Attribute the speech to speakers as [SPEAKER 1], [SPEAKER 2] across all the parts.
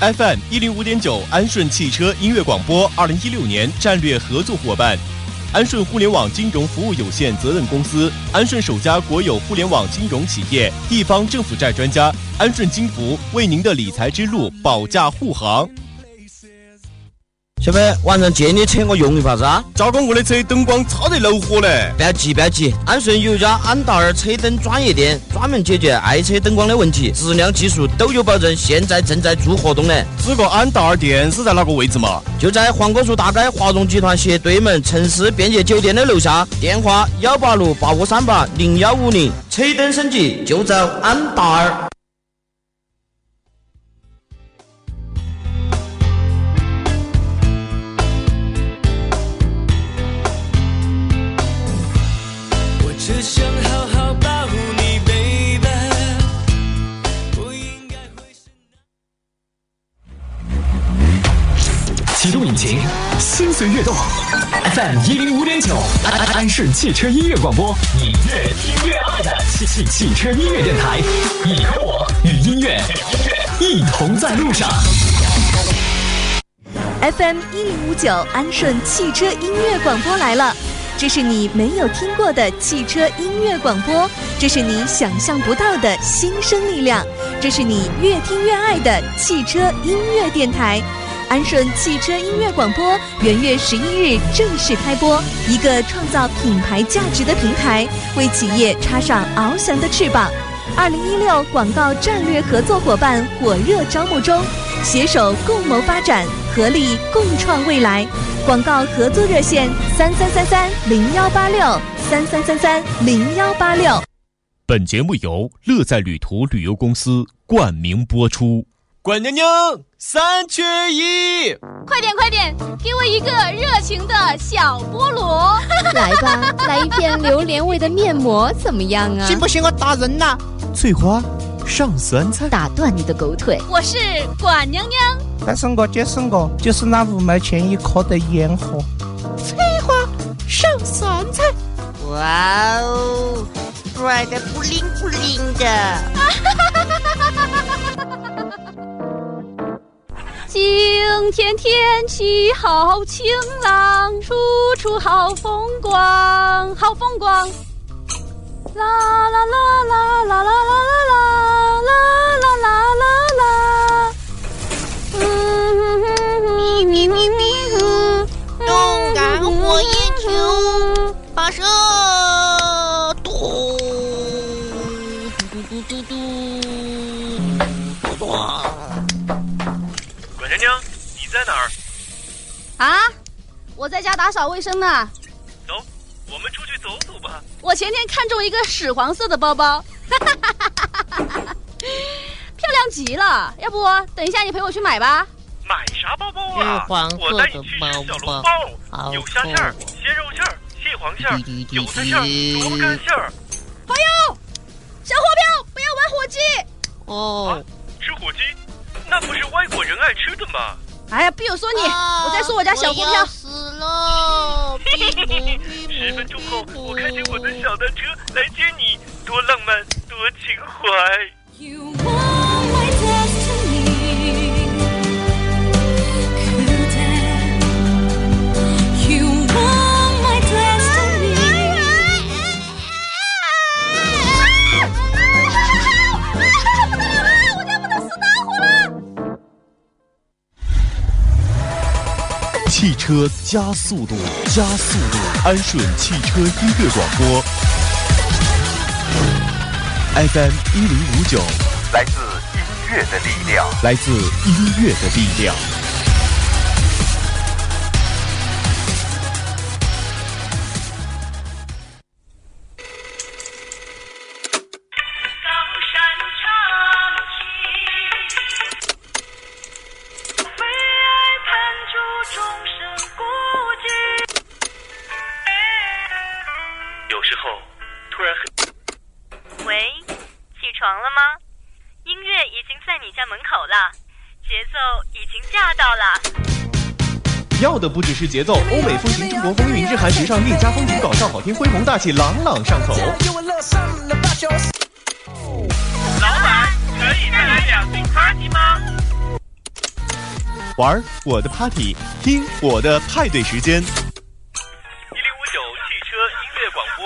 [SPEAKER 1] FM 一零五点九安顺汽车音乐广播，二零一六年战略合作伙伴，安顺互联网金融服务有限责任公司，安顺首家国有互联网金融企业，地方政府债专家，安顺金服为您的理财之路保驾护航。
[SPEAKER 2] 小飞，晚上借你车我用一下子啊！
[SPEAKER 1] 赵哥，我的车灯光超得恼火嘞！
[SPEAKER 2] 不要急，不要急，安顺有一家安达尔车灯专业店，专门解决爱车灯光的问题，质量技术都有保证，现在正在做活动呢，
[SPEAKER 1] 这个安达尔店是在哪个位置嘛？
[SPEAKER 2] 就在黄果树大街华融集团斜对门城市便捷酒店的楼下，电话幺八六八五三八零幺五零，车灯升级就找安达尔。
[SPEAKER 3] 我只想好好保护你，baby，不应该会是。
[SPEAKER 4] 启动引擎，心随悦动。FM 一零五点九，安安安顺汽车音乐广播，你越听越爱的汽汽汽车音乐电台，你和我与音乐一同在路上。
[SPEAKER 5] FM 一零五九安顺汽车音乐广播来了，这是你没有听过的汽车音乐广播，这是你想象不到的新生力量，这是你越听越爱的汽车音乐电台。安顺汽车音乐广播元月十一日正式开播，一个创造品牌价值的平台，为企业插上翱翔的翅膀。二零一六广告战略合作伙伴火热招募中，携手共谋发展，合力共创未来。广告合作热线：三三三三零幺八六三三三三零幺八六。
[SPEAKER 1] 本节目由乐在旅途旅游公司冠名播出。管娘娘，三缺一。
[SPEAKER 6] 快点快点，给我一个热情的小菠萝！
[SPEAKER 7] 来吧，来一片榴莲味的面膜怎么样啊？
[SPEAKER 8] 不行？我打人呐！
[SPEAKER 9] 翠花，上酸菜。
[SPEAKER 7] 打断你的狗腿！
[SPEAKER 6] 我是管娘娘，
[SPEAKER 8] 单身狗接生狗就是那五毛钱一颗的烟火。
[SPEAKER 10] 哇哦，帅的不灵不灵的。
[SPEAKER 6] 今天天气好晴朗，处处好风光，好风光。啦啦啦啦啦啦啦啦啦啦啦啦啦啦。嗯
[SPEAKER 10] 咪咪咪咪呼，动感火焰球发射，嘟嘟嘟嘟嘟嘟。
[SPEAKER 11] 管娘娘，你在哪儿？
[SPEAKER 6] 啊，我在家打扫卫生呢。
[SPEAKER 11] 走，我们出去走走吧。
[SPEAKER 6] 我前天看中一个屎黄色的 包包，漂亮极了。要不等一下你陪我去买吧？
[SPEAKER 11] 买啥包包
[SPEAKER 10] 是
[SPEAKER 11] 啊？
[SPEAKER 10] 黄色的
[SPEAKER 11] 我带你去吃小笼
[SPEAKER 10] 包包
[SPEAKER 11] 包，有虾馅
[SPEAKER 10] 哦
[SPEAKER 11] 儿、鲜肉馅儿、蟹黄馅儿、韭菜馅儿、萝卜干馅儿。
[SPEAKER 6] 朋友，小火票不要玩火鸡！
[SPEAKER 11] 啊
[SPEAKER 10] 哦，，
[SPEAKER 11] 吃火鸡，那不是外国人爱吃的吗？
[SPEAKER 6] 哎呀，不有说你，
[SPEAKER 12] 啊
[SPEAKER 6] 我在说我家小
[SPEAKER 10] 姑
[SPEAKER 6] 火
[SPEAKER 10] 娘
[SPEAKER 6] 票。
[SPEAKER 10] 死了！
[SPEAKER 11] 十分钟后，我开着我的小单车来接你，多浪漫，多情怀。
[SPEAKER 6] You want my destiny. 그대. You want my destiny.
[SPEAKER 1] 汽车加速度，加速度。安顺汽车音乐广播，FM 一零五九，
[SPEAKER 13] 来自音乐的力量。
[SPEAKER 1] 来自音乐的力量。
[SPEAKER 3] 高山长青，为爱喷出终生孤寂。
[SPEAKER 11] 有时候，突然很。
[SPEAKER 3] 喂，起床了吗？音乐已经在你家门口了，节奏已经驾到了。
[SPEAKER 1] 要的不只是节奏，欧美风情、中国风韵、日韩时尚、韵加风情，搞笑好听，恢弘大气，朗朗上口。
[SPEAKER 11] 老板，可以再来两瓶 party 吗？
[SPEAKER 1] 玩我的 party，听我的派对时间。
[SPEAKER 11] 一零五九汽车音乐广播。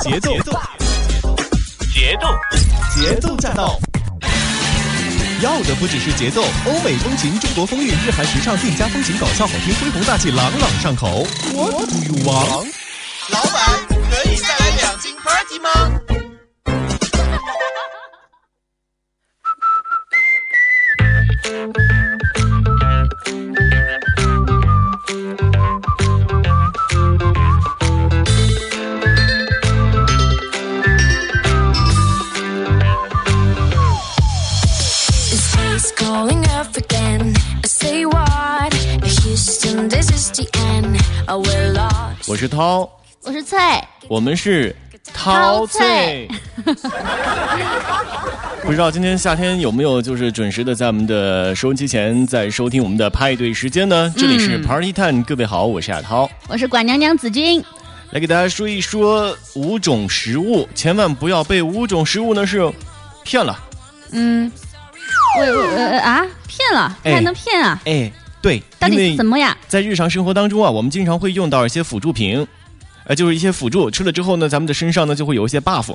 [SPEAKER 1] 节奏，
[SPEAKER 11] 节奏，
[SPEAKER 1] 节奏驾到！要的不只是节奏，欧美风情、中国风韵、日韩时尚、定家风情、搞笑好听、恢弘大气、朗朗上口。我赌王，
[SPEAKER 3] 老板，可以再来两斤 party 吗？
[SPEAKER 14] His face calling up again. I say what? Houston, this is the end. I will lost.
[SPEAKER 2] 我是涛，
[SPEAKER 6] 我是翠，
[SPEAKER 2] 我们是
[SPEAKER 6] 涛翠。
[SPEAKER 1] 不知道今天夏天有没有就是准时的在我们的收音机前在收听我们的派对时间呢？这里是
[SPEAKER 6] 嗯
[SPEAKER 1] Party Time，各位好，我是亚涛。
[SPEAKER 6] 我是管娘娘子君。
[SPEAKER 1] 来给大家说一说五种食物，千万不要被五种食物呢是骗了。
[SPEAKER 6] 嗯，我我呃啊，骗了，
[SPEAKER 1] 哎
[SPEAKER 6] 还能骗啊？
[SPEAKER 1] 哎，对，
[SPEAKER 6] 到
[SPEAKER 1] 因
[SPEAKER 6] 底
[SPEAKER 1] 为
[SPEAKER 6] 是怎么呀？
[SPEAKER 1] 在日常生活当中啊，我们经常会用到一些辅助品，呃，就是一些辅助，吃了之后呢，咱们的身上呢就会有一些 buff。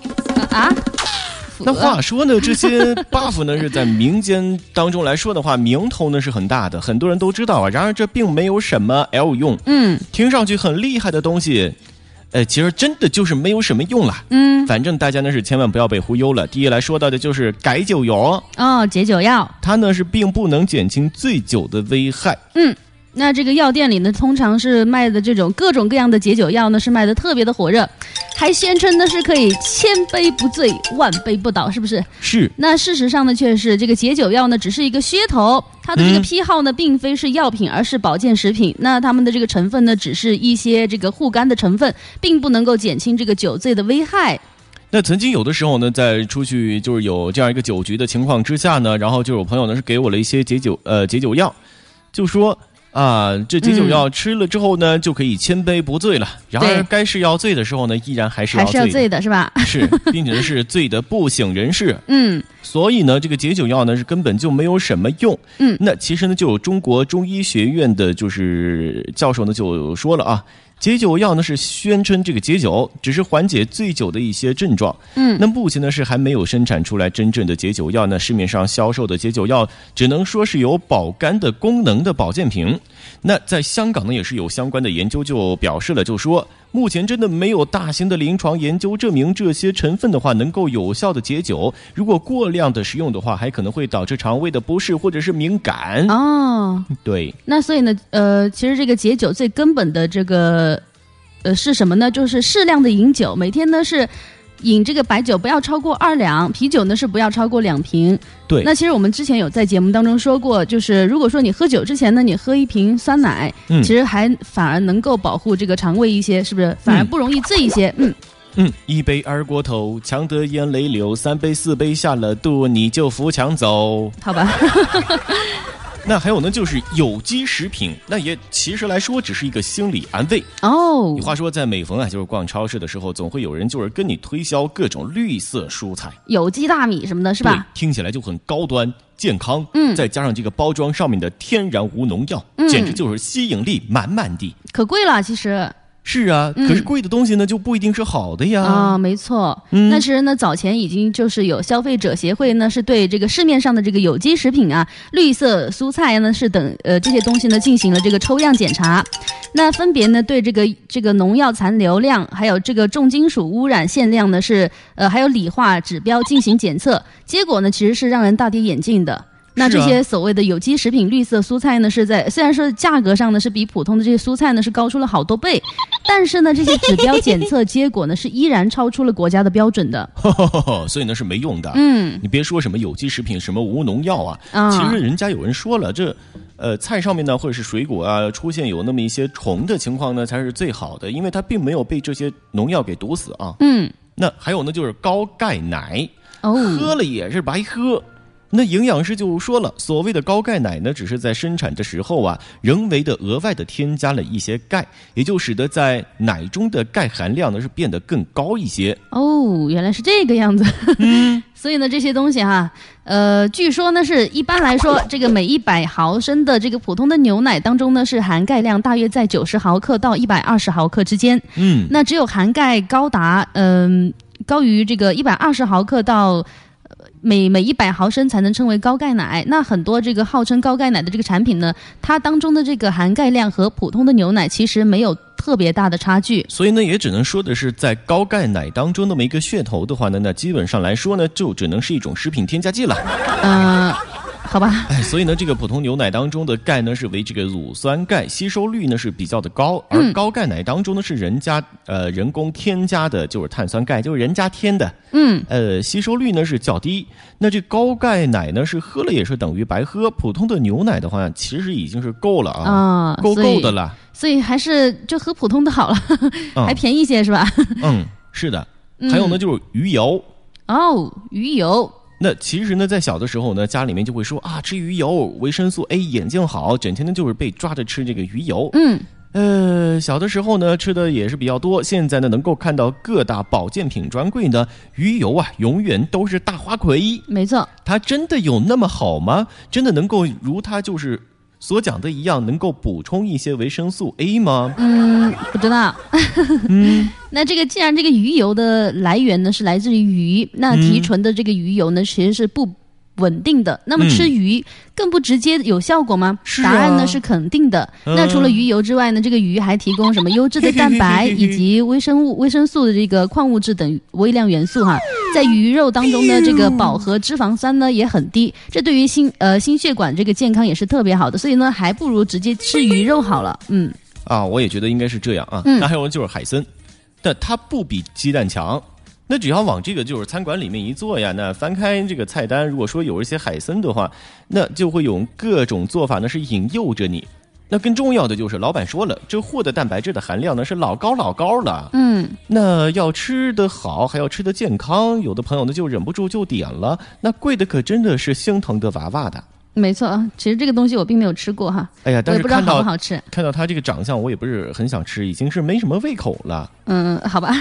[SPEAKER 6] 啊？
[SPEAKER 1] 那话说呢，这些 buff 呢是在民间当中来说的话，名头呢是很大的，很多人都知道啊。然而这并没有什么 L 用，
[SPEAKER 6] 嗯，
[SPEAKER 1] 听上去很厉害的东西，呃，其实真的就是没有什么用了。
[SPEAKER 6] 嗯
[SPEAKER 1] 反正大家呢是千万不要被忽悠了。第一来说到的就是改酒油，
[SPEAKER 6] 哦，解酒药。
[SPEAKER 1] 它呢是并不能减轻醉酒的危害。
[SPEAKER 6] 嗯，那这个药店里呢，通常是卖的这种各种各样的解酒药呢，是卖的特别的火热，还宣称呢是可以千杯不醉，万杯不倒，是不是？
[SPEAKER 1] 是
[SPEAKER 6] 那事实上呢，却是这个解酒药呢，只是一个噱头。它的这个
[SPEAKER 1] 嗯
[SPEAKER 6] 批号呢，并非是药品，而是保健食品。那它们的这个成分呢，只是一些这个护肝的成分，并不能够减轻这个酒醉的危害。
[SPEAKER 1] 那曾经有的时候呢，在出去就是有这样一个酒局的情况之下呢，然后就有朋友呢是给我了一些解酒呃解酒药，就说啊、这解酒药吃了之后呢，就可以千杯不醉了。然而
[SPEAKER 6] 对
[SPEAKER 1] 该是要醉的时候呢，依然还是
[SPEAKER 6] 还
[SPEAKER 1] 要
[SPEAKER 6] 是要
[SPEAKER 1] 醉
[SPEAKER 6] 醉的 是吧？
[SPEAKER 1] 是，并且呢是醉得不省人事。
[SPEAKER 6] 嗯
[SPEAKER 1] 所以呢，这个解酒药呢是根本就没有什么用。
[SPEAKER 6] 嗯，
[SPEAKER 1] 那其实呢，就有中国中医学院的就是教授呢就说了啊，解酒药呢是宣称这个解酒只是缓解醉酒的一些症状。
[SPEAKER 6] 嗯
[SPEAKER 1] 那目前呢是还没有生产出来真正的解酒药呢，市面上销售的解酒药只能说是有保肝的功能的保健品。那在香港呢也是有相关的研究就表示了，就说。目前真的没有大型的临床研究证明这些成分的话能够有效的解酒。如果过量的食用的话，还可能会导致肠胃的不适或者是敏感。
[SPEAKER 6] 哦，
[SPEAKER 1] 对，
[SPEAKER 6] 那所以呢，呃，其实这个解酒最根本的这个，呃，是什么呢？就是适量的饮酒，每天呢是饮这个白酒不要超过二两，啤酒呢是不要超过两瓶。
[SPEAKER 1] 对
[SPEAKER 6] 那其实我们之前有在节目当中说过，就是如果说你喝酒之前呢，你喝一瓶酸奶，
[SPEAKER 1] 嗯
[SPEAKER 6] 其实还反而能够保护这个肠胃一些，是不是？反而不容易醉一些。嗯，
[SPEAKER 1] 嗯，一杯二锅头，强得眼泪流；三杯四杯下了肚，你就扶墙走。
[SPEAKER 6] 好吧。
[SPEAKER 1] 嗯那还有呢，就是有机食品，那也其实来说只是一个心理安慰。
[SPEAKER 6] 哦
[SPEAKER 1] 你，话说，在每逢啊，就是逛超市的时候，总会有人就是跟你推销各种绿色蔬菜，
[SPEAKER 6] 有机大米什么的，是
[SPEAKER 1] 对
[SPEAKER 6] 吧？？
[SPEAKER 1] 听起来就很高端、健康，
[SPEAKER 6] 嗯
[SPEAKER 1] 再加上这个包装上面的天然无农药，
[SPEAKER 6] 嗯
[SPEAKER 1] 简直就是吸引力满满的。
[SPEAKER 6] 可贵了，其实。
[SPEAKER 1] 是啊，
[SPEAKER 6] 嗯
[SPEAKER 1] 可是贵的东西呢，就不一定是好的呀。
[SPEAKER 6] 啊、没错。
[SPEAKER 1] 嗯
[SPEAKER 6] 那其实呢，早前已经就是有消费者协会呢，是对这个市面上的这个有机食品啊、绿色蔬菜呢是等呃这些东西呢进行了这个抽样检查，那分别呢对这个这个农药残留量，还有这个重金属污染限量呢是呃还有理化指标进行检测，结果呢其实是让人大跌眼镜的。那
[SPEAKER 1] 是
[SPEAKER 6] 这
[SPEAKER 1] 啊
[SPEAKER 6] 些所谓的有机食品、绿色蔬菜呢，是在虽然说价格上呢是比普通的这些蔬菜呢是高出了好多倍，但是呢这些指标检测结果呢是依然超出了国家的标 准的。
[SPEAKER 1] 所以呢是没用的。
[SPEAKER 6] 啊嗯
[SPEAKER 1] 你别说什么有机食品，什么无农药啊，
[SPEAKER 6] 啊
[SPEAKER 1] 其实人家有人说了，这，呃，菜上面呢或者是水果啊出现有那么一些虫的情况呢，才是最好的，因为它并没有被这些农药给毒死啊。
[SPEAKER 6] 嗯，
[SPEAKER 1] 那还有呢，就是高钙奶，
[SPEAKER 6] 哦，
[SPEAKER 1] 喝了也是白喝。那营养师就说了，所谓的高钙奶呢，只是在生产的时候啊，人为的额外的添加了一些钙，也就使得在奶中的钙含量呢是变得更高一些。
[SPEAKER 6] 哦，原来是这个样子。嗯， 所以呢，这些东西哈，呃，据说呢是一般来说，这个每一百毫升的这个普通的牛奶当中呢，是含钙量大约在九十毫克到一百二十毫克之间。
[SPEAKER 1] 嗯，
[SPEAKER 6] 那只有含钙高达嗯、高于这个一百二十毫克到。呃每每一百毫升才能称为高钙奶。那很多这个号称高钙奶的这个产品呢，它当中的这个含钙量和普通的牛奶其实没有特别大的差距。
[SPEAKER 1] 所以呢，也只能说的是，在高钙奶当中那么一个噱头的话呢，那基本上来说呢，就只能是一种食品添加剂了。
[SPEAKER 6] 嗯、好吧，
[SPEAKER 1] 哎，所以呢，这个普通牛奶当中的钙呢是为这个乳酸钙，吸收率呢是比较的高，而
[SPEAKER 6] 嗯
[SPEAKER 1] 高钙奶当中呢是人家呃人工添加的，就是碳酸钙，就是人家添的。
[SPEAKER 6] 嗯，
[SPEAKER 1] 呃，吸收率呢是较低。那这高钙奶呢是喝了也是等于白喝，普通的牛奶的话其实已经是够了啊，
[SPEAKER 6] 啊
[SPEAKER 1] 够
[SPEAKER 6] 所以
[SPEAKER 1] 够的了。
[SPEAKER 6] 所以还是就喝普通的好了，
[SPEAKER 1] 嗯
[SPEAKER 6] 还便宜些是吧？
[SPEAKER 1] 嗯，是的。还有呢
[SPEAKER 6] 嗯
[SPEAKER 1] 就是鱼油。
[SPEAKER 6] 哦，鱼油，
[SPEAKER 1] 那其实呢，在小的时候呢，家里面就会说啊，吃鱼油，维生素 A 眼睛好，整天呢就是被抓着吃这个鱼油。
[SPEAKER 6] 嗯，
[SPEAKER 1] 呃，小的时候呢吃的也是比较多，现在呢能够看到各大保健品专柜呢，鱼油啊永远都是大花魁。
[SPEAKER 6] 没错，
[SPEAKER 1] 它真的有那么好吗？真的能够如它就是所讲的一样，能够补充一些维生素 A 吗？
[SPEAKER 6] 嗯，不知道。
[SPEAKER 15] 嗯
[SPEAKER 6] 那这个既然这个鱼油的来源呢是来自于鱼，那提纯的这个鱼油呢其实是不稳定的。那么吃鱼更不直接有效果吗？
[SPEAKER 15] 啊
[SPEAKER 6] 答案呢是肯定的。
[SPEAKER 15] 嗯
[SPEAKER 6] 那除了鱼油之外呢，这个鱼还提供什么优质的蛋 白以及微生物、维生素的这个矿物质等微量元素哈。在鱼肉当中呢，这个饱和脂肪酸呢也很低，这对于心呃心血管这个健康也是特别好的。所以呢，还不如直接吃鱼肉好了。嗯，
[SPEAKER 1] 啊，我也觉得应该是这样啊。
[SPEAKER 6] 嗯
[SPEAKER 1] 那还有就是海参，但它不比鸡蛋强。那只要往这个就是餐馆里面一坐呀，那翻开这个菜单，如果说有一些海参的话，那就会有各种做法呢是引诱着你。那更重要的就是，老板说了，这货的蛋白质的含量呢是老高老高了。
[SPEAKER 6] 嗯，
[SPEAKER 1] 那要吃得好，还要吃得健康，有的朋友呢就忍不住就点了，那贵的可真的是心疼的娃娃的。
[SPEAKER 6] 没错，啊其实这个东西我并没有吃过哈。
[SPEAKER 1] 哎呀，但
[SPEAKER 6] 我
[SPEAKER 1] 是
[SPEAKER 6] 也不知道
[SPEAKER 1] 看到
[SPEAKER 6] 好不好吃。
[SPEAKER 1] 看到他这个长相，我也不是很想吃，已经是没什么胃口了，
[SPEAKER 6] 嗯，好吧。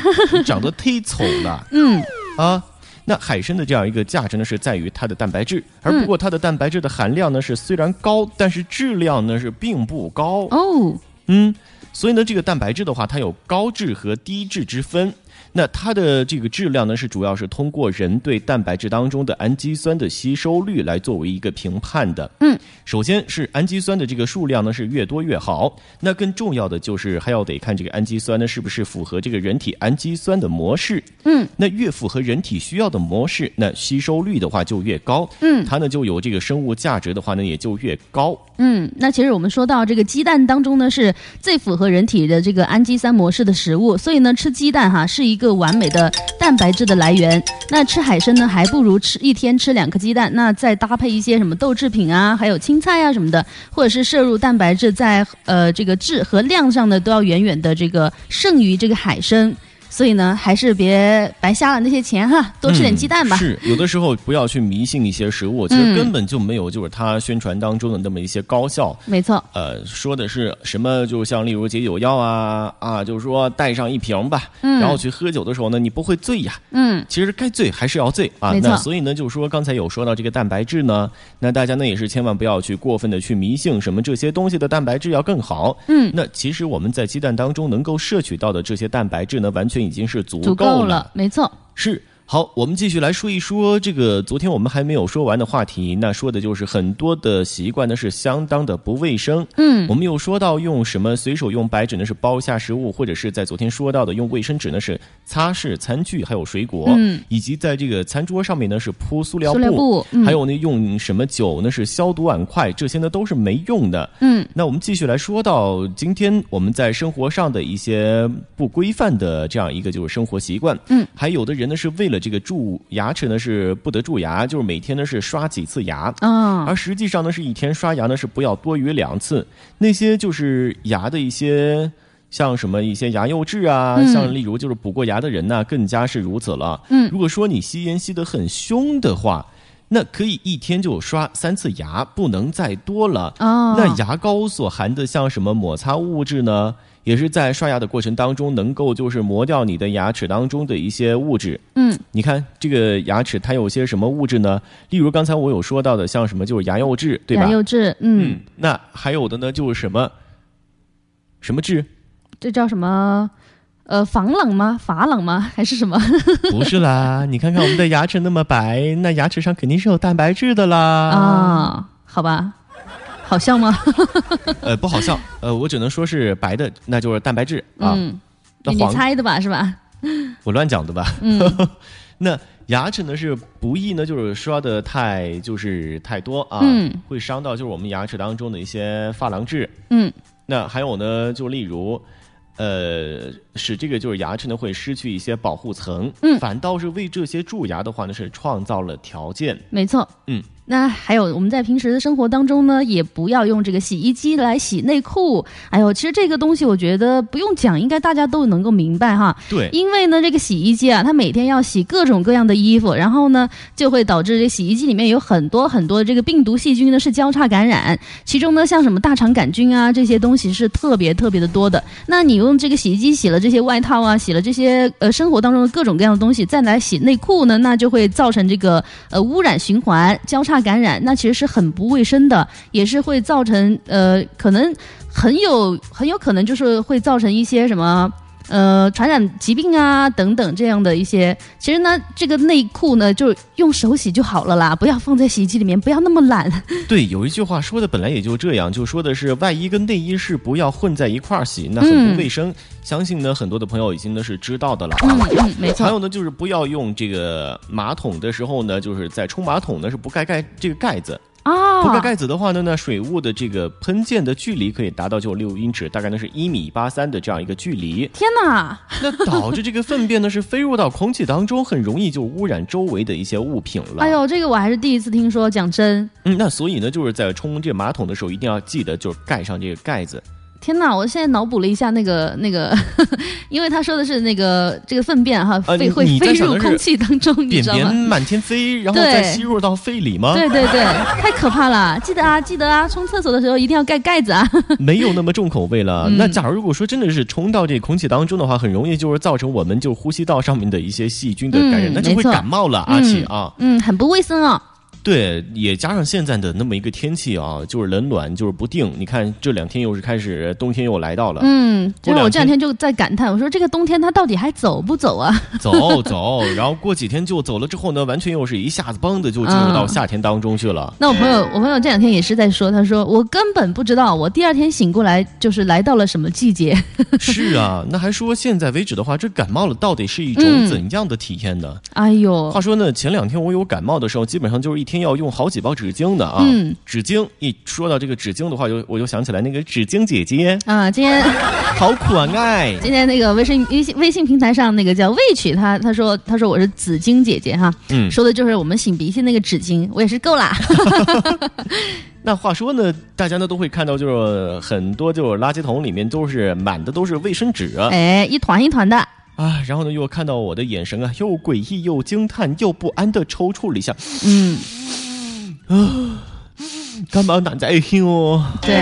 [SPEAKER 1] 长得忒丑了
[SPEAKER 6] 嗯，
[SPEAKER 1] 啊。那海参的这样一个价值呢，是在于它的蛋白质，而不过它的蛋白质的含量呢是虽然高，但是质量呢是并不高。
[SPEAKER 6] 哦，
[SPEAKER 1] 嗯，所以呢，这个蛋白质的话，它有高质和低质之分。那它的这个质量呢，是主要是通过人对蛋白质当中的氨基酸的吸收率来作为一个评判的。
[SPEAKER 6] 嗯，
[SPEAKER 1] 首先是氨基酸的这个数量呢是越多越好。那更重要的就是还要得看这个氨基酸呢是不是符合这个人体氨基酸的模式。
[SPEAKER 6] 嗯，
[SPEAKER 1] 那越符合人体需要的模式，那吸收率的话就越高。
[SPEAKER 6] 嗯
[SPEAKER 1] 它呢就有这个生物价值的话呢也就越高。
[SPEAKER 6] 嗯，那其实我们说到这个鸡蛋当中呢，是最符合人体的这个氨基酸模式的食物，所以呢，吃鸡蛋哈是一个完美的蛋白质的来源。那吃海参呢，还不如吃一天吃两颗鸡蛋，那再搭配一些什么豆制品啊，还有青菜啊什么的，或者是摄入蛋白质在呃这个质和量上呢，都要远远的这个胜于这个海参。所以呢，还是别白瞎了那些钱哈，多吃点鸡蛋吧。
[SPEAKER 1] 嗯是，有的时候不要去迷信一些食物，其实
[SPEAKER 6] 嗯
[SPEAKER 1] 根本就没有就是它宣传当中的那么一些高效。
[SPEAKER 6] 没错。
[SPEAKER 1] 呃，说的是什么？就像例如解酒药啊啊，就是说带上一瓶吧，
[SPEAKER 6] 嗯
[SPEAKER 1] 然后去喝酒的时候呢，你不会醉呀。
[SPEAKER 6] 嗯，
[SPEAKER 1] 其实该醉还是要醉啊
[SPEAKER 6] 没。错
[SPEAKER 1] 那所以呢，就是说刚才有说到这个蛋白质呢，那大家呢也是千万不要去过分的去迷信什么这些东西的蛋白质要更好。
[SPEAKER 6] 嗯
[SPEAKER 1] 那其实我们在鸡蛋当中能够摄取到的这些蛋白质呢，完全已经是足
[SPEAKER 6] 足
[SPEAKER 1] 够
[SPEAKER 6] 够
[SPEAKER 1] 了。
[SPEAKER 6] 了，没错。
[SPEAKER 1] 是。好，我们继续来说一说这个昨天我们还没有说完的话题，那说的就是很多的习惯呢是相当的不卫生。
[SPEAKER 6] 嗯
[SPEAKER 1] 我们有说到用什么随手用白纸呢是包一下食物，或者是在昨天说到的用卫生纸呢是擦拭餐具还有水果，
[SPEAKER 6] 嗯
[SPEAKER 1] 以及在这个餐桌上面呢是铺塑料布，
[SPEAKER 6] 塑料布嗯
[SPEAKER 1] 还有呢用什么酒呢是消毒碗筷，这些呢都是没用的。
[SPEAKER 6] 嗯
[SPEAKER 1] 那我们继续来说到今天我们在生活上的一些不规范的这样一个就是生活习惯，
[SPEAKER 6] 嗯，
[SPEAKER 1] 还有的人呢是为了这个蛀牙齿呢是不得蛀牙，就是每天呢是刷几次牙，
[SPEAKER 6] 啊
[SPEAKER 1] 而实际上呢是一天刷牙呢是不要多于两次，那些就是牙的一些。像什么一些牙釉质啊，
[SPEAKER 6] 嗯
[SPEAKER 1] 像例如就是补过牙的人呢、更加是如此了。
[SPEAKER 6] 嗯
[SPEAKER 1] 如果说你吸烟吸得很凶的话，那可以一天就刷三次牙，不能再多了。
[SPEAKER 6] 哦
[SPEAKER 1] 那牙膏所含的像什么摩擦物质呢？也是在刷牙的过程当中，能够就是磨掉你的牙齿当中的一些物质。
[SPEAKER 6] 嗯，
[SPEAKER 1] 你看这个牙齿它有些什么物质呢？例如刚才我有说到的，像什么就是牙釉质，对吧？
[SPEAKER 6] 牙釉质，嗯，
[SPEAKER 1] 那还有的呢，就是什么什么质？
[SPEAKER 6] 这叫什么？呃，防冷吗？珐冷吗？ 还是什么？
[SPEAKER 1] 不是 啦，你看看我们的牙齿那么白，那牙齿上肯定是有蛋白质的啦。
[SPEAKER 6] 啊，好吧，好笑吗？
[SPEAKER 1] 呃，不好笑，呃，我只能说是白的，那就是蛋白质啊。
[SPEAKER 6] 嗯，
[SPEAKER 1] 那
[SPEAKER 6] 你你
[SPEAKER 1] 黄
[SPEAKER 6] 猜的吧，是吧？
[SPEAKER 1] 我乱讲的吧？
[SPEAKER 6] 嗯
[SPEAKER 1] 那牙齿呢是不宜呢，就是刷的太就是太多啊，
[SPEAKER 6] 嗯
[SPEAKER 1] 会伤到就是我们牙齿当中的一些珐琅质。
[SPEAKER 6] 嗯
[SPEAKER 1] 那还有呢，就例如，呃，使这个就是牙齿呢会失去一些保护层，
[SPEAKER 6] 嗯
[SPEAKER 1] 反倒是为这些蛀牙的话呢是创造了条件，
[SPEAKER 6] 没错。
[SPEAKER 1] 嗯。
[SPEAKER 6] 那还有，我们在平时的生活当中呢，也不要用这个洗衣机来洗内裤。哎呦，其实这个东西我觉得不用讲，应该大家都能够明白哈。
[SPEAKER 1] 对
[SPEAKER 6] 因为呢，这个洗衣机啊，它每天要洗各种各样的衣服，然后呢，就会导致这洗衣机里面有很多很多这个病毒细菌呢是交叉感染，其中呢像什么大肠杆菌啊这些东西是特别特别的多的。那你用这个洗衣机洗了这些外套啊，洗了这些呃生活当中的各种各样的东西，再来洗内裤呢，那就会造成这个呃污染循环、交叉感染，那其实是很不卫生的，也是会造成呃可能很有很有可能就是会造成一些什么。呃，传染疾病啊等等这样的一些，其实呢，这个内裤呢，就用手洗就好了啦，不要放在洗衣机里面，不要那么懒。
[SPEAKER 1] 对，有一句话说的本来也就这样，就说的是外衣跟内衣是不要混在一块儿洗，那很
[SPEAKER 6] 嗯
[SPEAKER 1] 不卫生。相信呢，很多的朋友已经呢是知道的了
[SPEAKER 6] 嗯
[SPEAKER 1] 啊。
[SPEAKER 6] 嗯没错
[SPEAKER 1] 还有呢，就是不要用这个马桶的时候呢，就是在冲马桶呢是不盖盖这个盖子。
[SPEAKER 6] 啊，
[SPEAKER 1] 不盖盖子的话呢，那水雾的这个喷溅的距离可以达到就六英尺，大概呢是一米八三的这样一个距 离。
[SPEAKER 6] 天哪！
[SPEAKER 1] 那导致这个粪便呢是飞入到空气当中，很容易就污染周围的一些物品了。
[SPEAKER 6] 哎呦，这个我还是第一次听说，讲真，
[SPEAKER 1] 嗯，那所以呢，就是在冲这马桶的时候，一定要记得就是盖上这个盖子。
[SPEAKER 6] 天哪！我现在脑补了一下那个那个，因为他说的是那个这个粪便哈，
[SPEAKER 1] 啊，
[SPEAKER 6] 飞
[SPEAKER 1] 你
[SPEAKER 6] 会
[SPEAKER 1] 你
[SPEAKER 6] 飞
[SPEAKER 1] 在想
[SPEAKER 6] 入
[SPEAKER 1] 的是
[SPEAKER 6] 空气当中，嗯你
[SPEAKER 1] 便
[SPEAKER 6] 知道
[SPEAKER 1] 便
[SPEAKER 6] 吗？
[SPEAKER 1] 满天飞，然后
[SPEAKER 6] 对
[SPEAKER 1] 再吸入到肺里吗？
[SPEAKER 6] 对对对，太可怕了！记得啊，记得啊，冲厕所的时候一定要盖盖子啊。
[SPEAKER 1] 没有那么重口味了。
[SPEAKER 6] 嗯
[SPEAKER 1] 那假如如果说真的是冲到这空气当中的话，很容易就是造成我们就呼吸道上面的一些细菌的感染，
[SPEAKER 6] 嗯
[SPEAKER 1] 那就
[SPEAKER 6] 没
[SPEAKER 1] 会
[SPEAKER 6] 错
[SPEAKER 1] 感冒了，阿奇啊。
[SPEAKER 6] 嗯，很不卫生哦。
[SPEAKER 1] 对，也加上现在的那么一个天气啊，就是冷暖就是不定。你看这两天又是开始冬天又来到了，
[SPEAKER 6] 嗯，
[SPEAKER 1] 过
[SPEAKER 6] 就是我
[SPEAKER 1] 两
[SPEAKER 6] 这两天就在感叹，我说这个冬天它到底还走不走啊？
[SPEAKER 1] 走走，然后过几天就走了之后呢，完全又是一下子嘣的就进入到
[SPEAKER 6] 嗯
[SPEAKER 1] 夏天当中去 了。
[SPEAKER 6] 那我朋友，我朋友这两天也是在说，他说我根本不知道，我第二天醒过来就是来到了什么季节。
[SPEAKER 1] 是啊，那还说现在为止的话，这感冒了到底是一
[SPEAKER 6] 嗯
[SPEAKER 1] 种怎样的体验呢？
[SPEAKER 6] 哎呦，
[SPEAKER 1] 话说呢，前两天我有感冒的时候，基本上就是一天要用好几包纸巾的啊。
[SPEAKER 6] 嗯
[SPEAKER 1] 纸巾一说到这个纸巾的话，就我就想起来那个纸巾姐姐，
[SPEAKER 6] 啊，今天。
[SPEAKER 1] 好可爱。
[SPEAKER 6] 今天那个微信微信微信平台上那个叫魏曲，他他说他说我是紫荆姐姐哈，
[SPEAKER 1] 嗯
[SPEAKER 6] 说的就是我们擤鼻涕那个纸巾，我也是够 啦。
[SPEAKER 1] 那话说呢，大家呢都会看到，就是很多就是垃圾桶里面都是满的都是卫生纸。
[SPEAKER 6] 哎，一团一团的，
[SPEAKER 1] 啊，然后呢，又看到我的眼神啊，又诡异又惊叹又不安的抽搐了一下，
[SPEAKER 6] 嗯，
[SPEAKER 1] 干嘛难在听哦？
[SPEAKER 6] 对。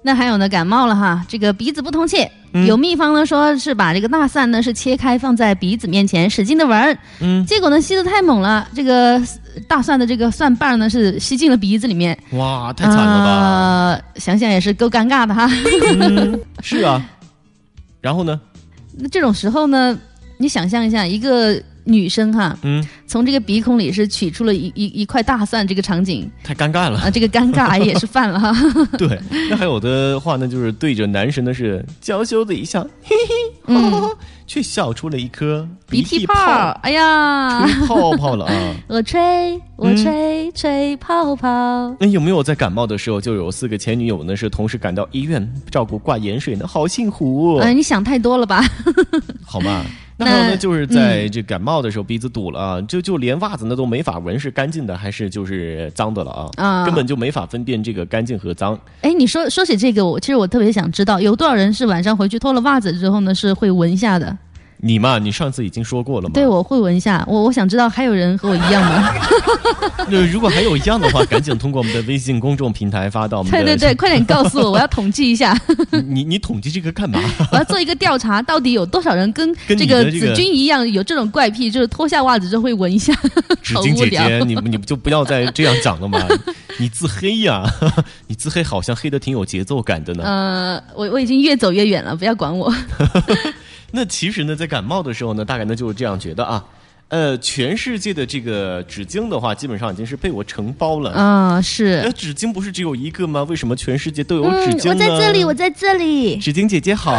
[SPEAKER 6] 那还有呢，感冒了哈，这个鼻子不通气，
[SPEAKER 1] 嗯
[SPEAKER 6] 有秘方呢说是把这个大蒜呢是切开放在鼻子面前使劲的闻，
[SPEAKER 1] 嗯，
[SPEAKER 6] 结果呢吸的太猛了，这个大蒜的这个蒜瓣呢是吸进了鼻子里面，
[SPEAKER 1] 哇，太惨了吧！
[SPEAKER 6] 吧？想想也是够尴尬的哈。
[SPEAKER 1] 是啊，然后呢？
[SPEAKER 6] 那这种时候呢，你想象一下，一个女生哈，
[SPEAKER 1] 嗯，
[SPEAKER 6] 从这个鼻孔里是取出了一一一块大蒜，这个场景
[SPEAKER 1] 太尴尬了
[SPEAKER 6] 啊、这个尴尬癌也是犯了哈。
[SPEAKER 1] 对，那还有的话呢，就是对着男神呢是娇羞的一笑，嘿嘿，
[SPEAKER 6] 嗯
[SPEAKER 1] 却笑出了一颗
[SPEAKER 6] 鼻涕
[SPEAKER 1] 涕
[SPEAKER 6] 泡
[SPEAKER 1] 泡
[SPEAKER 6] 儿，，哎呀，
[SPEAKER 1] 吹泡泡了啊！
[SPEAKER 6] 我吹，我吹，吹泡泡。
[SPEAKER 1] 那有没有在感冒的时候就有四个前女友呢？是同时赶到医院照顾挂盐水呢？好幸福，
[SPEAKER 6] 嗯、你想太多了吧？
[SPEAKER 1] 好 吗？
[SPEAKER 6] 那
[SPEAKER 1] 那还有呢，就是在这感冒的时候鼻子堵了啊，就就连袜子呢都没法闻是干净的还是就是脏的了啊，
[SPEAKER 6] 啊
[SPEAKER 1] 根本就没法分辨这个干净和脏。
[SPEAKER 6] 哎，你说说起这个，我其实我特别想知道，有多少人是晚上回去脱了袜子之后呢，是会闻一下的？
[SPEAKER 1] 你嘛，你上次已经说过了嘛。
[SPEAKER 6] 对，我会闻一下，我我想知道还有人和我一样吗？
[SPEAKER 1] 那如果还有一样的话，赶紧通过我们的微信公众平台发到我们的。
[SPEAKER 6] 对对对，快点告诉我，我要统计一下。
[SPEAKER 1] 你你统计这个 干嘛？
[SPEAKER 6] 我要做一个调查，到底有多少人跟
[SPEAKER 1] 跟你
[SPEAKER 6] 这
[SPEAKER 1] 的
[SPEAKER 6] 个
[SPEAKER 1] 这个
[SPEAKER 6] 子君一样有这种怪癖，就是脱下袜子就会 闻一下，
[SPEAKER 1] 纸
[SPEAKER 6] 好
[SPEAKER 1] 巾姐
[SPEAKER 6] 无聊。
[SPEAKER 1] 姐，你你就不要再这样讲了 嘛！你自黑呀、 你自黑好像黑的挺有节奏感的呢。
[SPEAKER 6] 呃，我我已经越走越远了，不要管 我。
[SPEAKER 1] 那其实呢，在感冒的时候呢，大概呢就是这样觉得啊，呃，全世界的这个纸巾的话，基本上已经是被我承包
[SPEAKER 15] 嗯
[SPEAKER 1] 了。
[SPEAKER 6] 啊，是
[SPEAKER 1] 那纸巾不是只有一个吗？为什么全世界都有纸
[SPEAKER 15] 嗯，
[SPEAKER 1] 巾呢？
[SPEAKER 15] 我在这里，我在这里。
[SPEAKER 1] 纸巾姐姐好，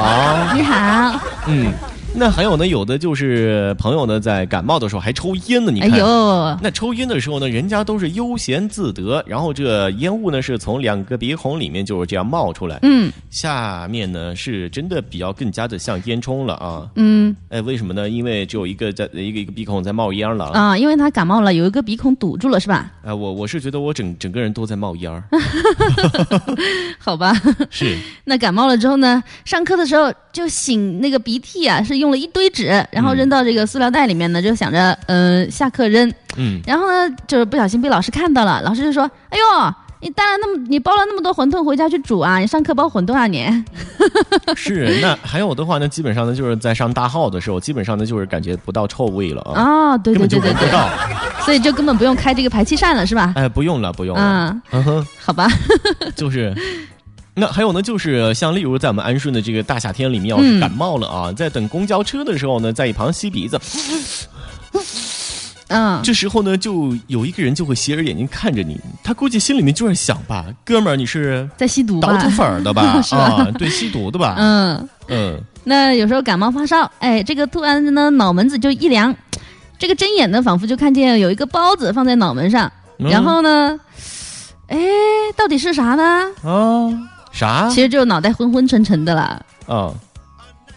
[SPEAKER 15] 你好，
[SPEAKER 1] 嗯。那还有呢，有的就是朋友呢，在感冒的时候还抽烟呢。你
[SPEAKER 6] 哎
[SPEAKER 1] 看，
[SPEAKER 6] 呦，
[SPEAKER 1] 那抽烟的时候呢，人家都是悠闲自得，然后这烟雾呢是从两个鼻孔里面就是这样冒出来。
[SPEAKER 6] 嗯
[SPEAKER 1] 下面呢是真的比较更加的像烟囱了啊。
[SPEAKER 6] 嗯
[SPEAKER 1] 哎，为什么呢？因为只有一个在一个一个鼻孔在冒烟了。
[SPEAKER 6] 啊，因为他感冒了，有一个鼻孔堵住了，是吧？
[SPEAKER 1] 哎，我我是觉得我整整个人都在冒烟 儿。
[SPEAKER 6] 好吧。
[SPEAKER 1] 是，
[SPEAKER 6] 那感冒了之后呢，上课的时候就擤那个鼻涕啊，是用了一堆纸，
[SPEAKER 1] 嗯
[SPEAKER 6] 然后扔到这个塑料袋里面呢，就想着呃下课扔。
[SPEAKER 1] 嗯
[SPEAKER 6] 然后呢，就是不小心被老师看到了，老师就说：“哎呦，你带了那么你包了那么多馄饨回家去煮啊，你上课包馄饨啊你。
[SPEAKER 1] 是，那还有的话呢，基本上呢就是在上大号的时候，基本上呢就是感觉不到臭味了啊，
[SPEAKER 6] 啊，对
[SPEAKER 1] 根
[SPEAKER 6] 对
[SPEAKER 1] 本就
[SPEAKER 6] 对对
[SPEAKER 1] 闻不到
[SPEAKER 6] 对，。所以就根本不用开这个排气扇了，是吧？
[SPEAKER 1] 哎，不用了，不用了
[SPEAKER 6] 啊。
[SPEAKER 1] 嗯哼，
[SPEAKER 6] 好吧，
[SPEAKER 1] 就是。那还有呢，就是像例如在我们安顺的这个大夏天里面，要是
[SPEAKER 6] 嗯
[SPEAKER 1] 感冒了啊，在等公交车的时候呢，在一旁吸鼻子，
[SPEAKER 6] 啊嗯，
[SPEAKER 1] 这时候呢，就有一个人就会斜着眼睛看着你，他估计心里面就是想吧，哥们儿，你是
[SPEAKER 6] 在吸毒吧
[SPEAKER 1] 倒土粉儿的吧？
[SPEAKER 6] 是吧？
[SPEAKER 1] 啊，对，吸毒的吧？
[SPEAKER 6] 嗯。
[SPEAKER 1] 嗯，
[SPEAKER 6] 那有时候感冒发烧，哎，这个突然呢脑门子就一凉，这个睁眼呢仿佛就看见有一个包子放在脑门上，
[SPEAKER 1] 嗯
[SPEAKER 6] 然后呢，哎，到底是啥呢？
[SPEAKER 1] 哦，啥？
[SPEAKER 6] 其实就是脑袋昏昏沉沉的啦，
[SPEAKER 1] 啊，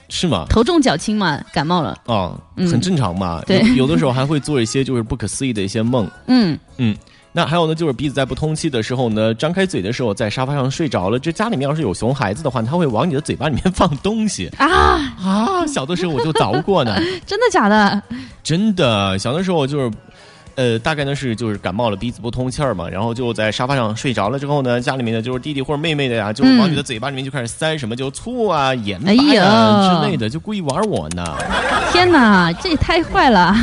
[SPEAKER 1] 是吗？
[SPEAKER 6] 头重脚轻嘛，感冒了。
[SPEAKER 1] 啊，
[SPEAKER 6] 嗯
[SPEAKER 1] 很正常嘛。
[SPEAKER 6] 对
[SPEAKER 1] 有有的时候还会做一些就是不可思议的一些梦。
[SPEAKER 6] 嗯，
[SPEAKER 1] 嗯，那还有呢，就是鼻子在不通气的时候呢，张开嘴的时候在沙发上睡着了。这家里面要是有熊孩子的话，他会往你的嘴巴里面放东西
[SPEAKER 6] 啊
[SPEAKER 1] 啊！小的时候我就凿过呢，
[SPEAKER 6] 真的假 的？
[SPEAKER 1] 真的，小的时候就是。呃，大概呢是就是感冒了，鼻子不通气儿嘛，然后就在沙发上睡着了之后呢，家里面的就是弟弟或者妹妹的呀，就是往你的嘴巴里面就开始塞什么就醋啊、盐巴呀、
[SPEAKER 6] 哎呦
[SPEAKER 1] 之类的，就故意玩我呢。
[SPEAKER 6] 天哪，这也太坏了！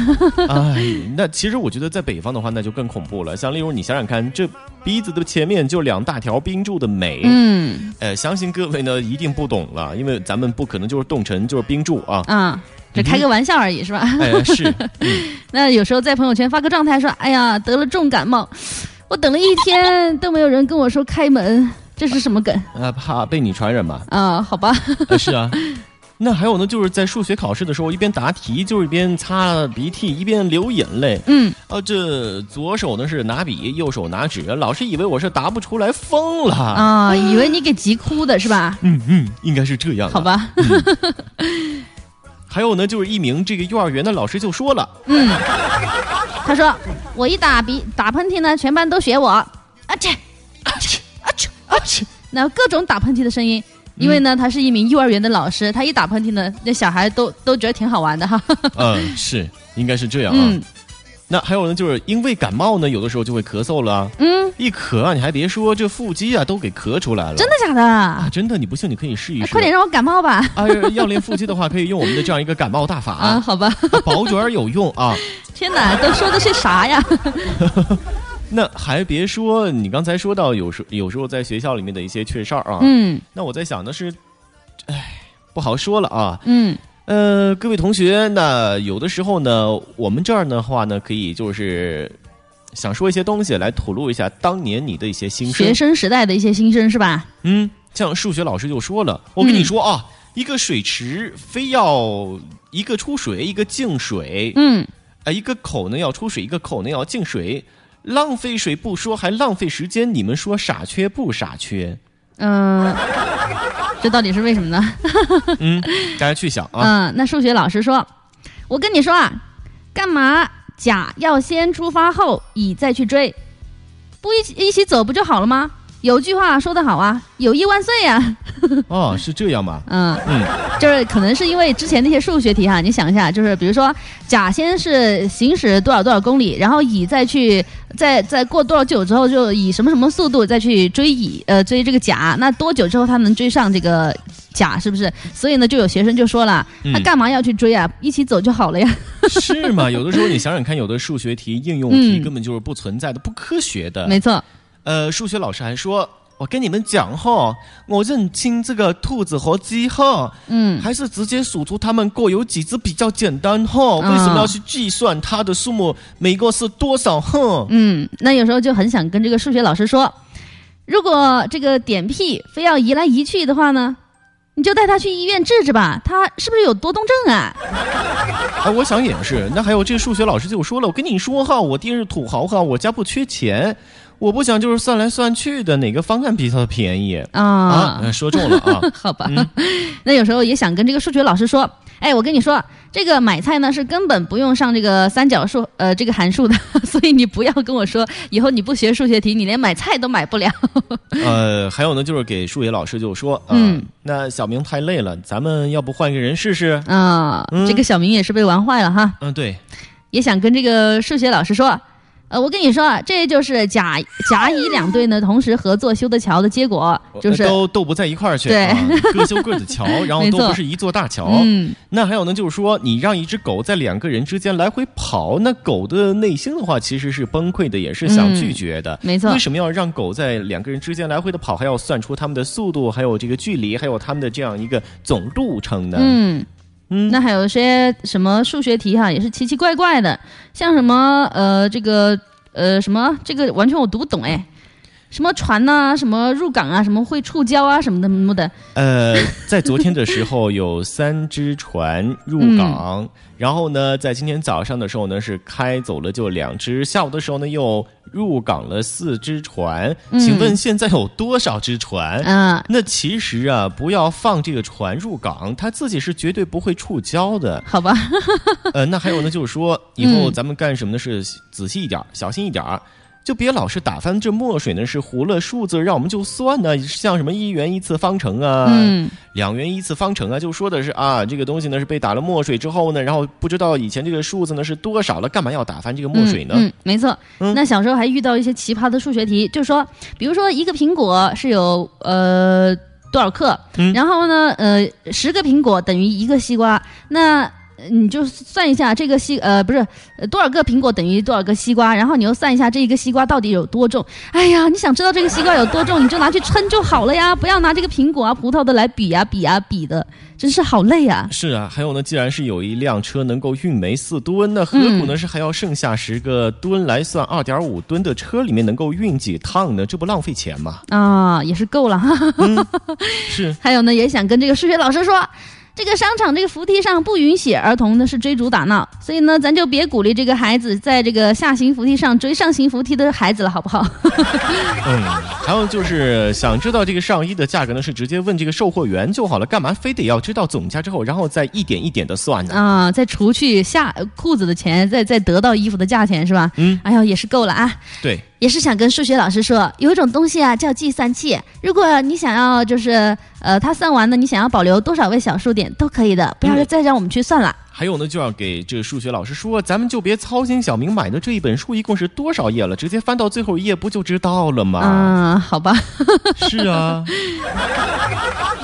[SPEAKER 1] 哎，那其实我觉得在北方的话，那就更恐怖了。像例如你想想看，这鼻子的前面就两大条冰柱的美，，
[SPEAKER 6] 嗯
[SPEAKER 1] 呃，相信各位呢一定不懂了，因为咱们不可能就是冻成就是冰柱啊。
[SPEAKER 6] 啊，只开个玩笑而已是吧？
[SPEAKER 1] 哎，是，
[SPEAKER 6] 那有时候在朋友圈发个状态说：“哎呀，得了重感冒，我等了一天都没有人跟我说开门，这是什么梗
[SPEAKER 1] 呃，怕被你传染嘛。
[SPEAKER 6] 啊？”好吧，
[SPEAKER 1] 呃是啊。那还有呢，就是在数学考试的时候，一边答题就是一边擦鼻涕，一边流眼泪。
[SPEAKER 6] 嗯，
[SPEAKER 1] 哦，这左手呢是拿笔，右手拿纸，老师以为我是答不出来，疯了。
[SPEAKER 6] 啊，以为你给急哭的是吧？
[SPEAKER 1] 嗯嗯，应该是这样。
[SPEAKER 6] 好。 吧，
[SPEAKER 1] 还有呢，就是一名这个幼儿园的老师就说 了，
[SPEAKER 6] 嗯，他说我一打鼻打喷嚏呢，全班都学我，啊切，啊切，啊切，啊切，然后各种打喷嚏的声音。因为呢，他是一名幼儿园的老师，他一打喷嚏呢，那小孩都都觉得挺好玩的哈。
[SPEAKER 1] 嗯，是，应该是这样啊。
[SPEAKER 6] 嗯
[SPEAKER 1] 那还有呢，就是因为感冒呢，有的时候就会咳嗽了啊。
[SPEAKER 6] 嗯，
[SPEAKER 1] 一咳啊，你还别说，这腹肌啊都给咳出来了。
[SPEAKER 6] 真的假的？
[SPEAKER 1] 啊，真的，你不信你可以试一试。
[SPEAKER 6] 快点让我感冒吧！
[SPEAKER 1] 啊，要练腹肌的话，可以用我们的这样一个感冒大法
[SPEAKER 6] 啊，好吧。
[SPEAKER 1] 薄卷儿有用啊。
[SPEAKER 6] 天哪，都说的是啥呀？
[SPEAKER 1] 那还别说，你刚才说到有时有时候在学校里面的一些趣事儿啊。
[SPEAKER 6] 嗯
[SPEAKER 1] 那我在想的是，哎，不好说了啊。
[SPEAKER 6] 嗯
[SPEAKER 1] 呃，各位同学，那有的时候呢，我们这儿的话呢，可以就是想说一些东西来吐露一下当年你的一些心声。啊
[SPEAKER 6] 学生时代的一些心声是吧？
[SPEAKER 1] 嗯，像数学老师就说了，我跟你说啊，一个水池非要一个出水，一个进水，
[SPEAKER 6] 嗯，
[SPEAKER 1] 啊，一个口呢要出水，一个口呢要进水，浪费水不说，还浪费时间，你们说傻缺不傻缺？
[SPEAKER 6] 嗯、这到底是为什么呢？
[SPEAKER 1] 嗯，大家去想
[SPEAKER 6] 嗯、
[SPEAKER 1] 啊，
[SPEAKER 6] 那数学老师说，我跟你说啊，干嘛甲要先出发后，乙再去追，不一起一起走不就好了吗？有句话说得好啊，友谊万岁呀、
[SPEAKER 1] 哦，是这样吗？
[SPEAKER 6] 嗯
[SPEAKER 1] 嗯，
[SPEAKER 6] 就是可能是因为之前那些数学题哈，你想一下，就是比如说甲先是行驶多少多少公里，然后乙再去再再过多少久之后，就以什么什么速度再去追乙呃追这个甲，那多久之后他能追上这个甲是不是？所以呢，就有学生就说了，
[SPEAKER 1] 嗯
[SPEAKER 6] 那干嘛要去追啊？一起走就好了呀。
[SPEAKER 1] 是吗？有的时候你想想看，有的数学 题、应用题
[SPEAKER 6] 嗯
[SPEAKER 1] 根本就是不存在的、不科学
[SPEAKER 4] 嗯
[SPEAKER 1] 的。
[SPEAKER 6] 没错，
[SPEAKER 1] 呃，数学老师还说。我跟你们讲哈，我认清这个兔子和鸡哈，
[SPEAKER 6] 嗯，
[SPEAKER 1] 还是直接数出它们各有几只比较简单哈。为什么要去计算它的数目每个是多少哈？
[SPEAKER 6] 嗯，那有时候就很想跟这个数学老师说，如果这个点 P 非要移来移去的话呢，你就带他去医院治治吧，他是不是有多动症啊？
[SPEAKER 1] 哎，我想也是。那还有这数学老师就说了，我跟你说哈，我爹是土豪哈，我家不缺钱，我不想就是算来算去的哪个方案比较便宜
[SPEAKER 6] 啊
[SPEAKER 1] 呃说中了啊，
[SPEAKER 6] 好吧， 那有时候也想跟这个数学老师说，哎，我跟你说，这个买菜呢是根本不用上这个三角数，呃，这个函数的， 所以你不要跟我说，以后你不学数学题，你连买菜都买不了。
[SPEAKER 1] 呃，还有呢，就是给数学老师就说，呃、
[SPEAKER 6] 嗯，
[SPEAKER 1] 那小明太累了，咱们要不换个人试试？
[SPEAKER 6] 啊、这个小明也是被玩坏了哈，
[SPEAKER 1] 嗯，对，
[SPEAKER 6] 也想跟这个数学老师说，呃，我跟你说啊，这就是甲甲乙两队呢同时合作修的桥的结果，就是
[SPEAKER 1] 呃都都不在一块儿去，
[SPEAKER 6] 对
[SPEAKER 1] 啊各修各的桥，然后
[SPEAKER 6] 没
[SPEAKER 1] 都
[SPEAKER 6] 错
[SPEAKER 1] 不是一座大桥。
[SPEAKER 6] 嗯，
[SPEAKER 1] 那还有呢，就是说你让一只狗在两个人之间来回跑，那狗的内心的话其实是崩溃的，也是想
[SPEAKER 6] 嗯
[SPEAKER 1] 拒绝的。
[SPEAKER 6] 没错
[SPEAKER 1] 为什么要让狗在两个人之间来回的跑，还要算出他们的速度，还有这个距离，还有他们的这样一个总路程呢？
[SPEAKER 6] 嗯。那还有些什么数学题哈，也是奇奇怪怪的，像什么呃这个呃什么这个完全我读不懂哎，什么船呐、什么入港啊，什么会触礁啊，什么的什么的，
[SPEAKER 1] 呃，在昨天的时候有三只船入港，然后呢，在今天早上的时候呢是开走了就两只，下午的时候呢又入港了四只船。
[SPEAKER 6] 嗯
[SPEAKER 1] 请问现在有多少只船？
[SPEAKER 6] 啊
[SPEAKER 1] 那其实啊，不要放这个船入港，它自己是绝对不会触礁 的。
[SPEAKER 6] 好吧？
[SPEAKER 1] 呃，那还有呢，就是说以后
[SPEAKER 6] 嗯
[SPEAKER 1] 咱们干什么呢？是仔细一点儿，小心一点儿。就别老是打翻这墨水呢，是糊了数字，让我们就算呢，像什么一元一次方程啊，
[SPEAKER 6] 嗯
[SPEAKER 1] 两元一次方程啊，就说的是啊，这个东西呢是被打了墨水之后呢，然后不知道以前这个数字呢是多少了，干嘛要打翻这个墨水呢？
[SPEAKER 6] 嗯，嗯没错。那小时候还遇到一些奇葩的数学题，就说，比如说一个苹果是有呃多少克，
[SPEAKER 1] 嗯
[SPEAKER 6] 然后呢，呃，十个苹果等于一个西瓜，那呃你就算一下这个西呃不是呃多少个苹果等于多少个西瓜，然后你又算一下这一个西瓜到底有多重。哎呀，你想知道这个西瓜有多重，你就拿去称就好了呀，不要拿这个苹果啊、葡萄的来比呀、比呀、比的，真是好累啊。
[SPEAKER 1] 是啊，还有呢，既然是有一辆车能够运煤四吨，那何苦呢、是还要剩下十个吨来算二点五吨的车里面能够运几趟呢？这不浪费钱吗？
[SPEAKER 6] 啊，也是够了哈。
[SPEAKER 1] 嗯 是，
[SPEAKER 6] 还有呢，也想跟这个数学老师说，这个商场这个扶梯上不允许儿童呢是追逐打闹，所以呢，咱就别鼓励这个孩子在这个下行扶梯上追上行扶梯的孩子了，好不好？
[SPEAKER 1] 嗯，还有就是想知道这个上衣的价格呢，是直接问这个售货员就好了，干嘛非得要知道总价之后，然后再一点一点的算呢？
[SPEAKER 6] 啊，再除去下裤子的钱，再再得到衣服的价钱是吧？
[SPEAKER 1] 嗯，
[SPEAKER 6] 哎呦，也是够了啊。
[SPEAKER 1] 对，
[SPEAKER 6] 也是想跟数学老师说，有一种东西啊叫计算器，如果你想要就是呃，它算完呢，你想要保留多少位小数点都可以的，不
[SPEAKER 1] 嗯
[SPEAKER 6] 要再让我们去算了。
[SPEAKER 1] 还有呢，就要给这个数学老师说，咱们就别操心小明买的这一本书一共是多少页了，直接翻到最后一页不就知道了吗？
[SPEAKER 6] 嗯，好吧。
[SPEAKER 1] 是 啊。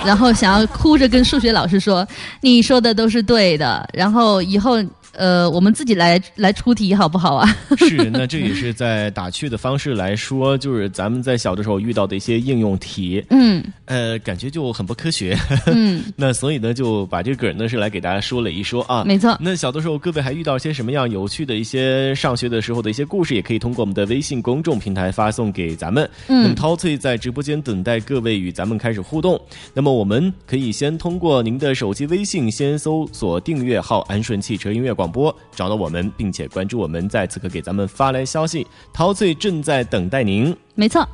[SPEAKER 6] 然后想要哭着跟数学老师说：“你说的都是对的。”然后以后呃，我们自己来来出题好不好啊？
[SPEAKER 1] 是，那这也是在打趣的方式来说，就是咱们在小的时候遇到的一些应用题，
[SPEAKER 6] 嗯
[SPEAKER 1] 呃，感觉就很不科学。
[SPEAKER 6] 嗯，
[SPEAKER 1] 那所以呢，就把这个梗呢是来给大家说了一说啊。
[SPEAKER 6] 没错
[SPEAKER 1] 那小的时候各位还遇到些什么样有趣的一些上学的时候的一些故事，也可以通过我们的微信公众平台发送给咱们。
[SPEAKER 6] 嗯
[SPEAKER 1] 那么陶醉在直播间等待各位与咱们开始互动。那么我们可以先通过您的手机微信先搜索订阅号“安顺汽车音乐广播”，找到我们，并且关注我们，在此刻给咱们发来消息。陶醉正在等待您。
[SPEAKER 6] 没错。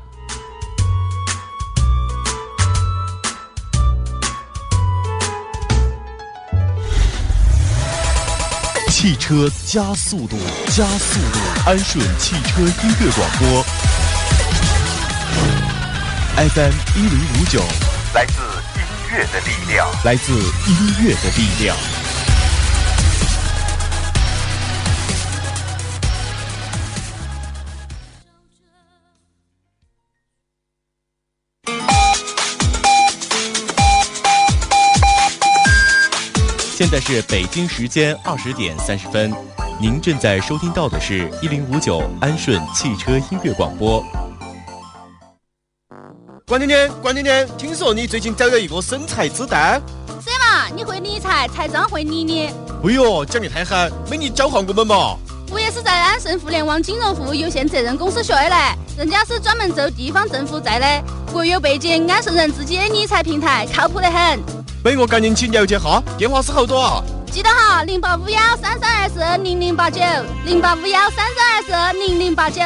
[SPEAKER 1] 汽车加速度，加速度。安顺汽车音乐广播。 FM 一零五九，
[SPEAKER 13] 来自音乐的力量，
[SPEAKER 1] 来自音乐的力量。现在是北京时间二十点三十分，您正在收听到的是一零五九安顺汽车音乐广播。
[SPEAKER 16] 关天天，关天天，听说你最近找了一个生财之蛋？
[SPEAKER 15] 谁嘛？你会理财，财商会理你。
[SPEAKER 16] 哎哟，讲得太狠，没你教化我们啊嘛？
[SPEAKER 15] 我也是在安顺互联网金融服务有限责任公司学的嘞，人家是专门做地方政府债的，国有背景，安顺人自己的理财平台，靠谱得很。
[SPEAKER 16] 没我赶紧去了解哈，电话是好多啊？
[SPEAKER 15] 记得哈，零八五幺三三二四零零八九，零八五幺三三二四零零八九。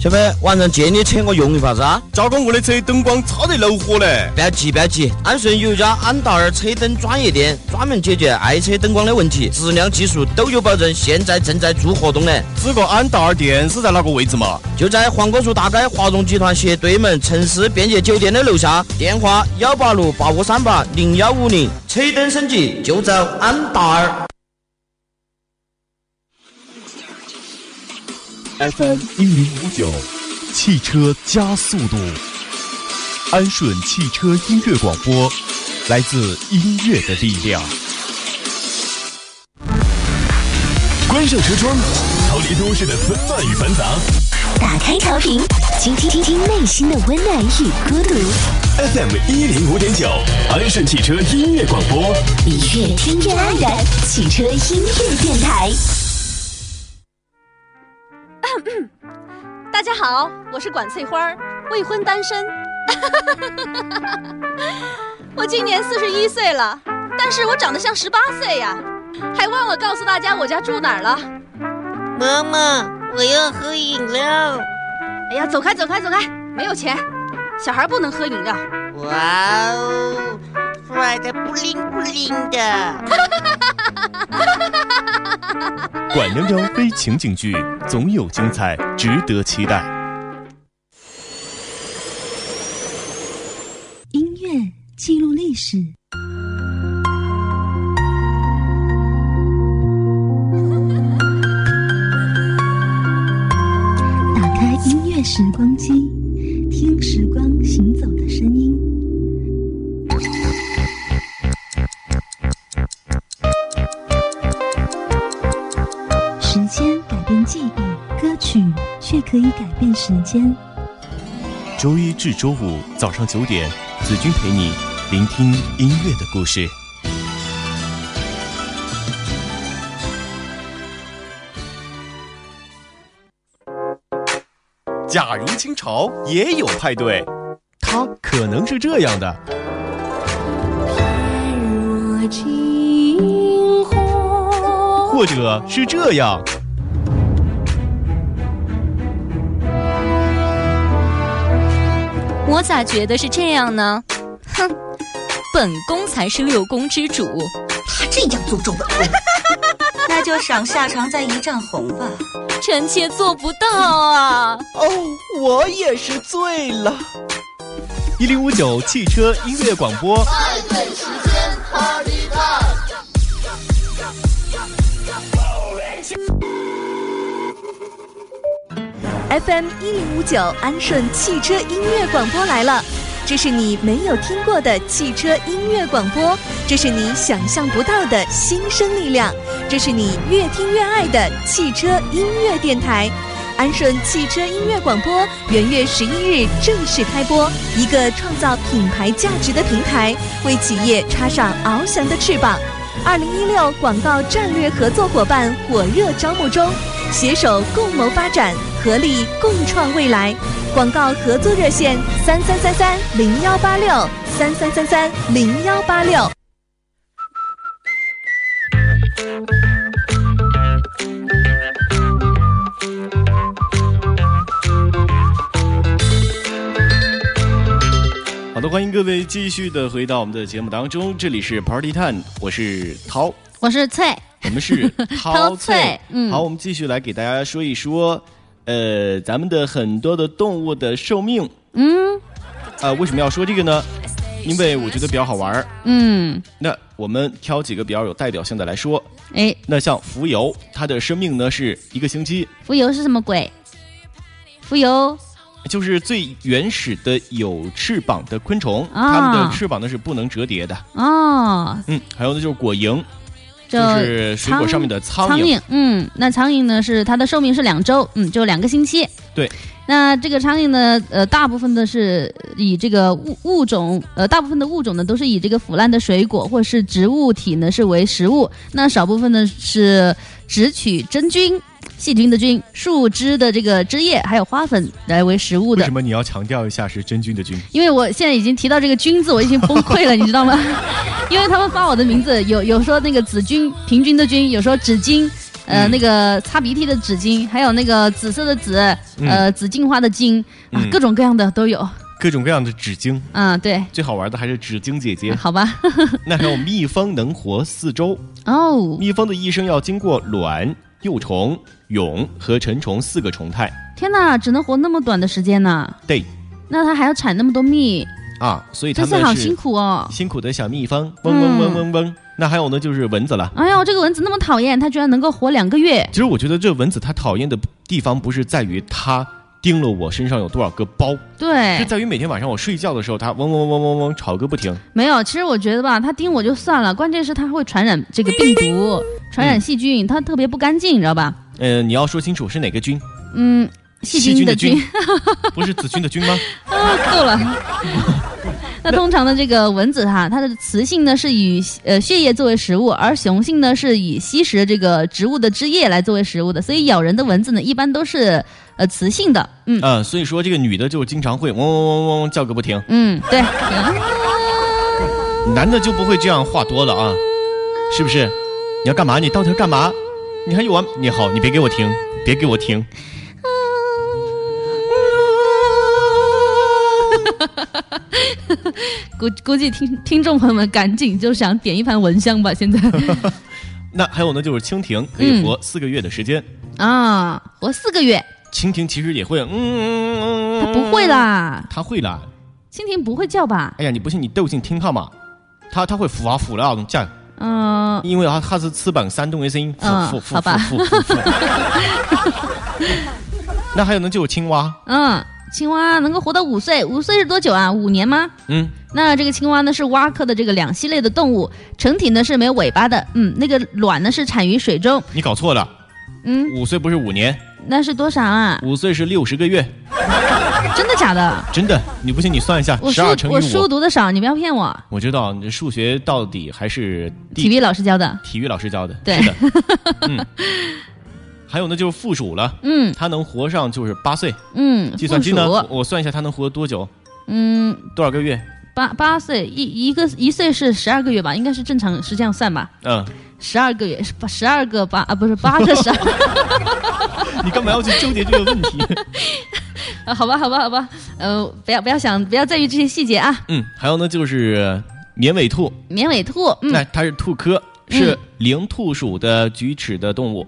[SPEAKER 2] 小妹，晚上借你车我用一下子啊！
[SPEAKER 16] 赵公我的车灯光差得恼火嘞！
[SPEAKER 2] 不要急，不要急，安顺有一家安达尔车灯专业店，专门解决爱车灯光的问题，质量技术都有保证，现在正在做活动呢。
[SPEAKER 16] 这个安达尔店是在哪个位置嘛？
[SPEAKER 2] 就在黄果树大街华融集团斜对门城市便捷酒店的楼下，电话幺八六八五三八零幺五零，车灯升级就找安达尔。
[SPEAKER 1] FM 一零五九，汽车加速度。安顺汽车音乐广播，来自音乐的力量。
[SPEAKER 4] 关上车窗，逃离都市的纷乱与繁杂。
[SPEAKER 17] 打开调频，倾听听听内心的温暖与孤独。
[SPEAKER 4] FM 一零五点九，安顺汽车音乐广播，
[SPEAKER 17] 你越听越安然，汽车音乐电台。
[SPEAKER 15] 大家好，我是管翠花儿，未婚单身。 我今年四十一岁了，但是我长得像十八岁呀，还忘了告诉大家我家住哪儿了。
[SPEAKER 12] 妈妈，我要喝饮料。
[SPEAKER 15] 哎呀，走开走开走开，没有钱，小孩不能喝饮料。
[SPEAKER 12] 哇哦，帅的不灵不灵的。
[SPEAKER 1] 管娘娘非情景剧总有精彩，值得期待。
[SPEAKER 17] 音乐记录历史，打开音乐时光机，听时光行走的声音。时间改变记忆，歌曲却可以改变时间。
[SPEAKER 1] 周一至周五早上九点，子君陪你聆听音乐的故事。假如清朝也有派对，它可能是这样的。
[SPEAKER 14] 若惊鸿，
[SPEAKER 1] 或者是这样。
[SPEAKER 18] 我咋觉得是这样呢？哼，本宫才是六宫之主，
[SPEAKER 19] 他这样诅咒本宫，
[SPEAKER 20] 那就赏下床再一丈红吧。
[SPEAKER 18] 臣妾做不到啊！
[SPEAKER 3] 哦，我也是醉了。
[SPEAKER 1] 一零五九汽车音乐广播。
[SPEAKER 21] 派对时间，Party time！
[SPEAKER 5] FM 一零五九安顺汽车音乐广播来了，这是你没有听过的汽车音乐广播，这是你想象不到的新生力量，这是你越听越爱的汽车音乐电台。安顺汽车音乐广播元月十一日正式开播，一个创造品牌价值的平台，为企业插上翱翔的翅膀。二零一六广告战略合作伙伴火热招募中，携手共谋发展，合力共创未来。广告合作热线：三三三三零幺八六三三三三零幺八六。
[SPEAKER 22] 好的，欢迎各位继续的回到我们的节目当中，这里是 Party Time，我是 涛，
[SPEAKER 6] 我是翠，
[SPEAKER 22] 我们是
[SPEAKER 6] 涛翠
[SPEAKER 22] 翠。
[SPEAKER 6] 嗯
[SPEAKER 22] 好，我们继续来给大家说一说
[SPEAKER 1] 呃，咱们的很多的动物的寿命。
[SPEAKER 6] 嗯
[SPEAKER 1] 啊，为什么要说这个呢？因为我觉得比较好玩儿。
[SPEAKER 6] 嗯，
[SPEAKER 1] 那我们挑几个比较有代表性的来说。
[SPEAKER 6] 哎，
[SPEAKER 1] 那像蜉蝣，它的生命呢是一个星期，
[SPEAKER 6] 浮游是什么鬼？浮游
[SPEAKER 1] 就是最原始的有翅膀的昆虫，
[SPEAKER 6] 啊
[SPEAKER 1] 它们的翅膀呢是不能折叠的。
[SPEAKER 6] 哦，
[SPEAKER 1] 嗯，还有呢就是果蝇，就
[SPEAKER 6] 这
[SPEAKER 1] 是水果上面的
[SPEAKER 6] 苍
[SPEAKER 1] 苍蝇。
[SPEAKER 6] 蝇。嗯，那苍蝇呢是它的寿命是两周，嗯，就两个星期。
[SPEAKER 1] 对，
[SPEAKER 6] 那这个苍蝇呢，呃，大部分的是以这个物物种，呃，大部分的物种呢都是以这个腐烂的水果或是植物体呢是为食物，那少部分呢是只取真菌、细菌的菌、树枝的这个枝叶还有花粉来为食物
[SPEAKER 1] 为
[SPEAKER 6] 的
[SPEAKER 1] 什。么你要强调一下是真菌的菌？
[SPEAKER 6] 因为我现在已经提到这个“菌”字，我已经崩 溃了，你知道吗？因为他们发我的名字，有有说那个子君，平均的君，有说纸巾，呃，
[SPEAKER 1] 嗯
[SPEAKER 6] 那个擦鼻涕的纸巾，还有那个紫色的紫，呃，
[SPEAKER 1] 嗯
[SPEAKER 6] 紫荆花的荆，啊
[SPEAKER 1] 嗯，
[SPEAKER 6] 各种各样的都有。
[SPEAKER 1] 各种各样的纸巾。
[SPEAKER 6] 嗯，对，
[SPEAKER 1] 最好玩的还是纸巾姐 姐。
[SPEAKER 6] 好吧。
[SPEAKER 1] 那还有蜜蜂能活四周。
[SPEAKER 6] 哦，
[SPEAKER 1] 蜜蜂的一生要经过卵、幼虫、蛹和成虫四个虫态。
[SPEAKER 6] 天哪，只能活那么短的时间呢？
[SPEAKER 1] 对
[SPEAKER 6] 那它还要产那么多蜜，
[SPEAKER 1] 啊，所以它
[SPEAKER 6] 真
[SPEAKER 1] 们
[SPEAKER 6] 是
[SPEAKER 1] 是
[SPEAKER 6] 好辛苦哦。
[SPEAKER 1] 辛苦的小蜜蜂，嗡嗡嗡嗡嗡。那还有呢，就是蚊子了。
[SPEAKER 6] 哎呦，这个蚊子那么讨厌，它居然能够活两个月。
[SPEAKER 1] 其实我觉得这蚊子它讨厌的地方不是在于它叮了我身上有多少个包，是
[SPEAKER 6] 对，
[SPEAKER 1] 在于每天晚上我睡觉的时候，它嗡嗡嗡嗡嗡嗡吵个不 停。
[SPEAKER 6] 没有，其实我觉得吧，它叮我就算了，关键是它会传染这个病毒，传染细菌，它特别不干净，你知道吧？
[SPEAKER 1] 呃，你要说清楚是哪个菌，
[SPEAKER 6] 嗯，细菌 的
[SPEAKER 1] 细菌 不是子菌的菌吗？
[SPEAKER 6] 啊，够了。 那通常的这个蚊子哈，它的雌性呢是以呃血液作为食物，而雄性呢是以吸食这个植物的枝叶来作为食物的，所以咬人的蚊子呢一般都是呃雌性的。嗯
[SPEAKER 1] 啊、所以说这个女的就经常会嗡嗡嗡嗡嗡叫个不停，
[SPEAKER 6] 嗯，对，
[SPEAKER 1] 男的就不会这样话多了啊，是不是？你要干嘛？你到底要干嘛？你还有完？你好，你别给我停，别给我停。
[SPEAKER 6] 估估计听听众朋友们赶紧就想点一盘蚊香吧， 现在
[SPEAKER 1] 那还有呢，就是蜻蜓可以
[SPEAKER 6] 嗯
[SPEAKER 1] 活四个月的时间，
[SPEAKER 6] 啊，活四个月，
[SPEAKER 1] 蜻蜓其实也会，嗯嗯嗯
[SPEAKER 6] 它不会啦，
[SPEAKER 1] 它会啦。
[SPEAKER 6] 蜻蜓不会叫吧？
[SPEAKER 1] 哎呀，你不信你斗性听它嘛，它它会腐啊腐了那种叫，
[SPEAKER 6] 嗯、
[SPEAKER 1] 因为它它是翅膀扇动的声音，腐
[SPEAKER 6] 嗯
[SPEAKER 1] 腐腐
[SPEAKER 6] 好吧
[SPEAKER 1] 腐腐腐。 那还有呢，就是青蛙，
[SPEAKER 6] 嗯，青蛙能够活到五岁，五岁是多久啊？五年吗？
[SPEAKER 1] 嗯，
[SPEAKER 6] 那这个青蛙呢是蛙科的这个两栖类的动物，成体呢是没有尾巴的，嗯，那个卵呢是产于水中，
[SPEAKER 1] 你搞错了，
[SPEAKER 6] 嗯，
[SPEAKER 1] 五岁不是五年，
[SPEAKER 6] 那是多少啊？
[SPEAKER 1] 五岁是六十个月，
[SPEAKER 6] 真的假的？
[SPEAKER 1] 真的，你不信你算一下，
[SPEAKER 6] 我
[SPEAKER 1] 十
[SPEAKER 6] 书
[SPEAKER 1] 二乘
[SPEAKER 6] 我
[SPEAKER 23] 以五
[SPEAKER 6] 书读的少，你不要骗我。
[SPEAKER 1] 我知道你数学到底还是地
[SPEAKER 6] 体育老师教的，
[SPEAKER 1] 体育老师教的，
[SPEAKER 6] 对
[SPEAKER 1] 是的， 嗯。还有呢，就是负鼠了，
[SPEAKER 6] 嗯
[SPEAKER 1] 它能活上就是八岁，
[SPEAKER 6] 嗯，
[SPEAKER 1] 计算机呢，
[SPEAKER 6] 附
[SPEAKER 1] 我
[SPEAKER 6] 属
[SPEAKER 1] 我算一下它能活多久，
[SPEAKER 6] 嗯，
[SPEAKER 1] 多少个月？
[SPEAKER 6] 八八岁一一个一岁是十二个月吧，应该是正常是这样算吧，
[SPEAKER 1] 嗯，
[SPEAKER 6] 十二个月是八十二个八啊，不是八个十二。
[SPEAKER 1] 你干嘛要去纠结这个问题？
[SPEAKER 6] 啊，好吧，好吧，好吧，呃，不要不要想，不要在意这些细节啊。
[SPEAKER 1] 嗯，还有呢，就是绵尾兔，
[SPEAKER 6] 绵尾兔，嗯
[SPEAKER 1] 那它是兔科，是灵兔属的菊齿的动物。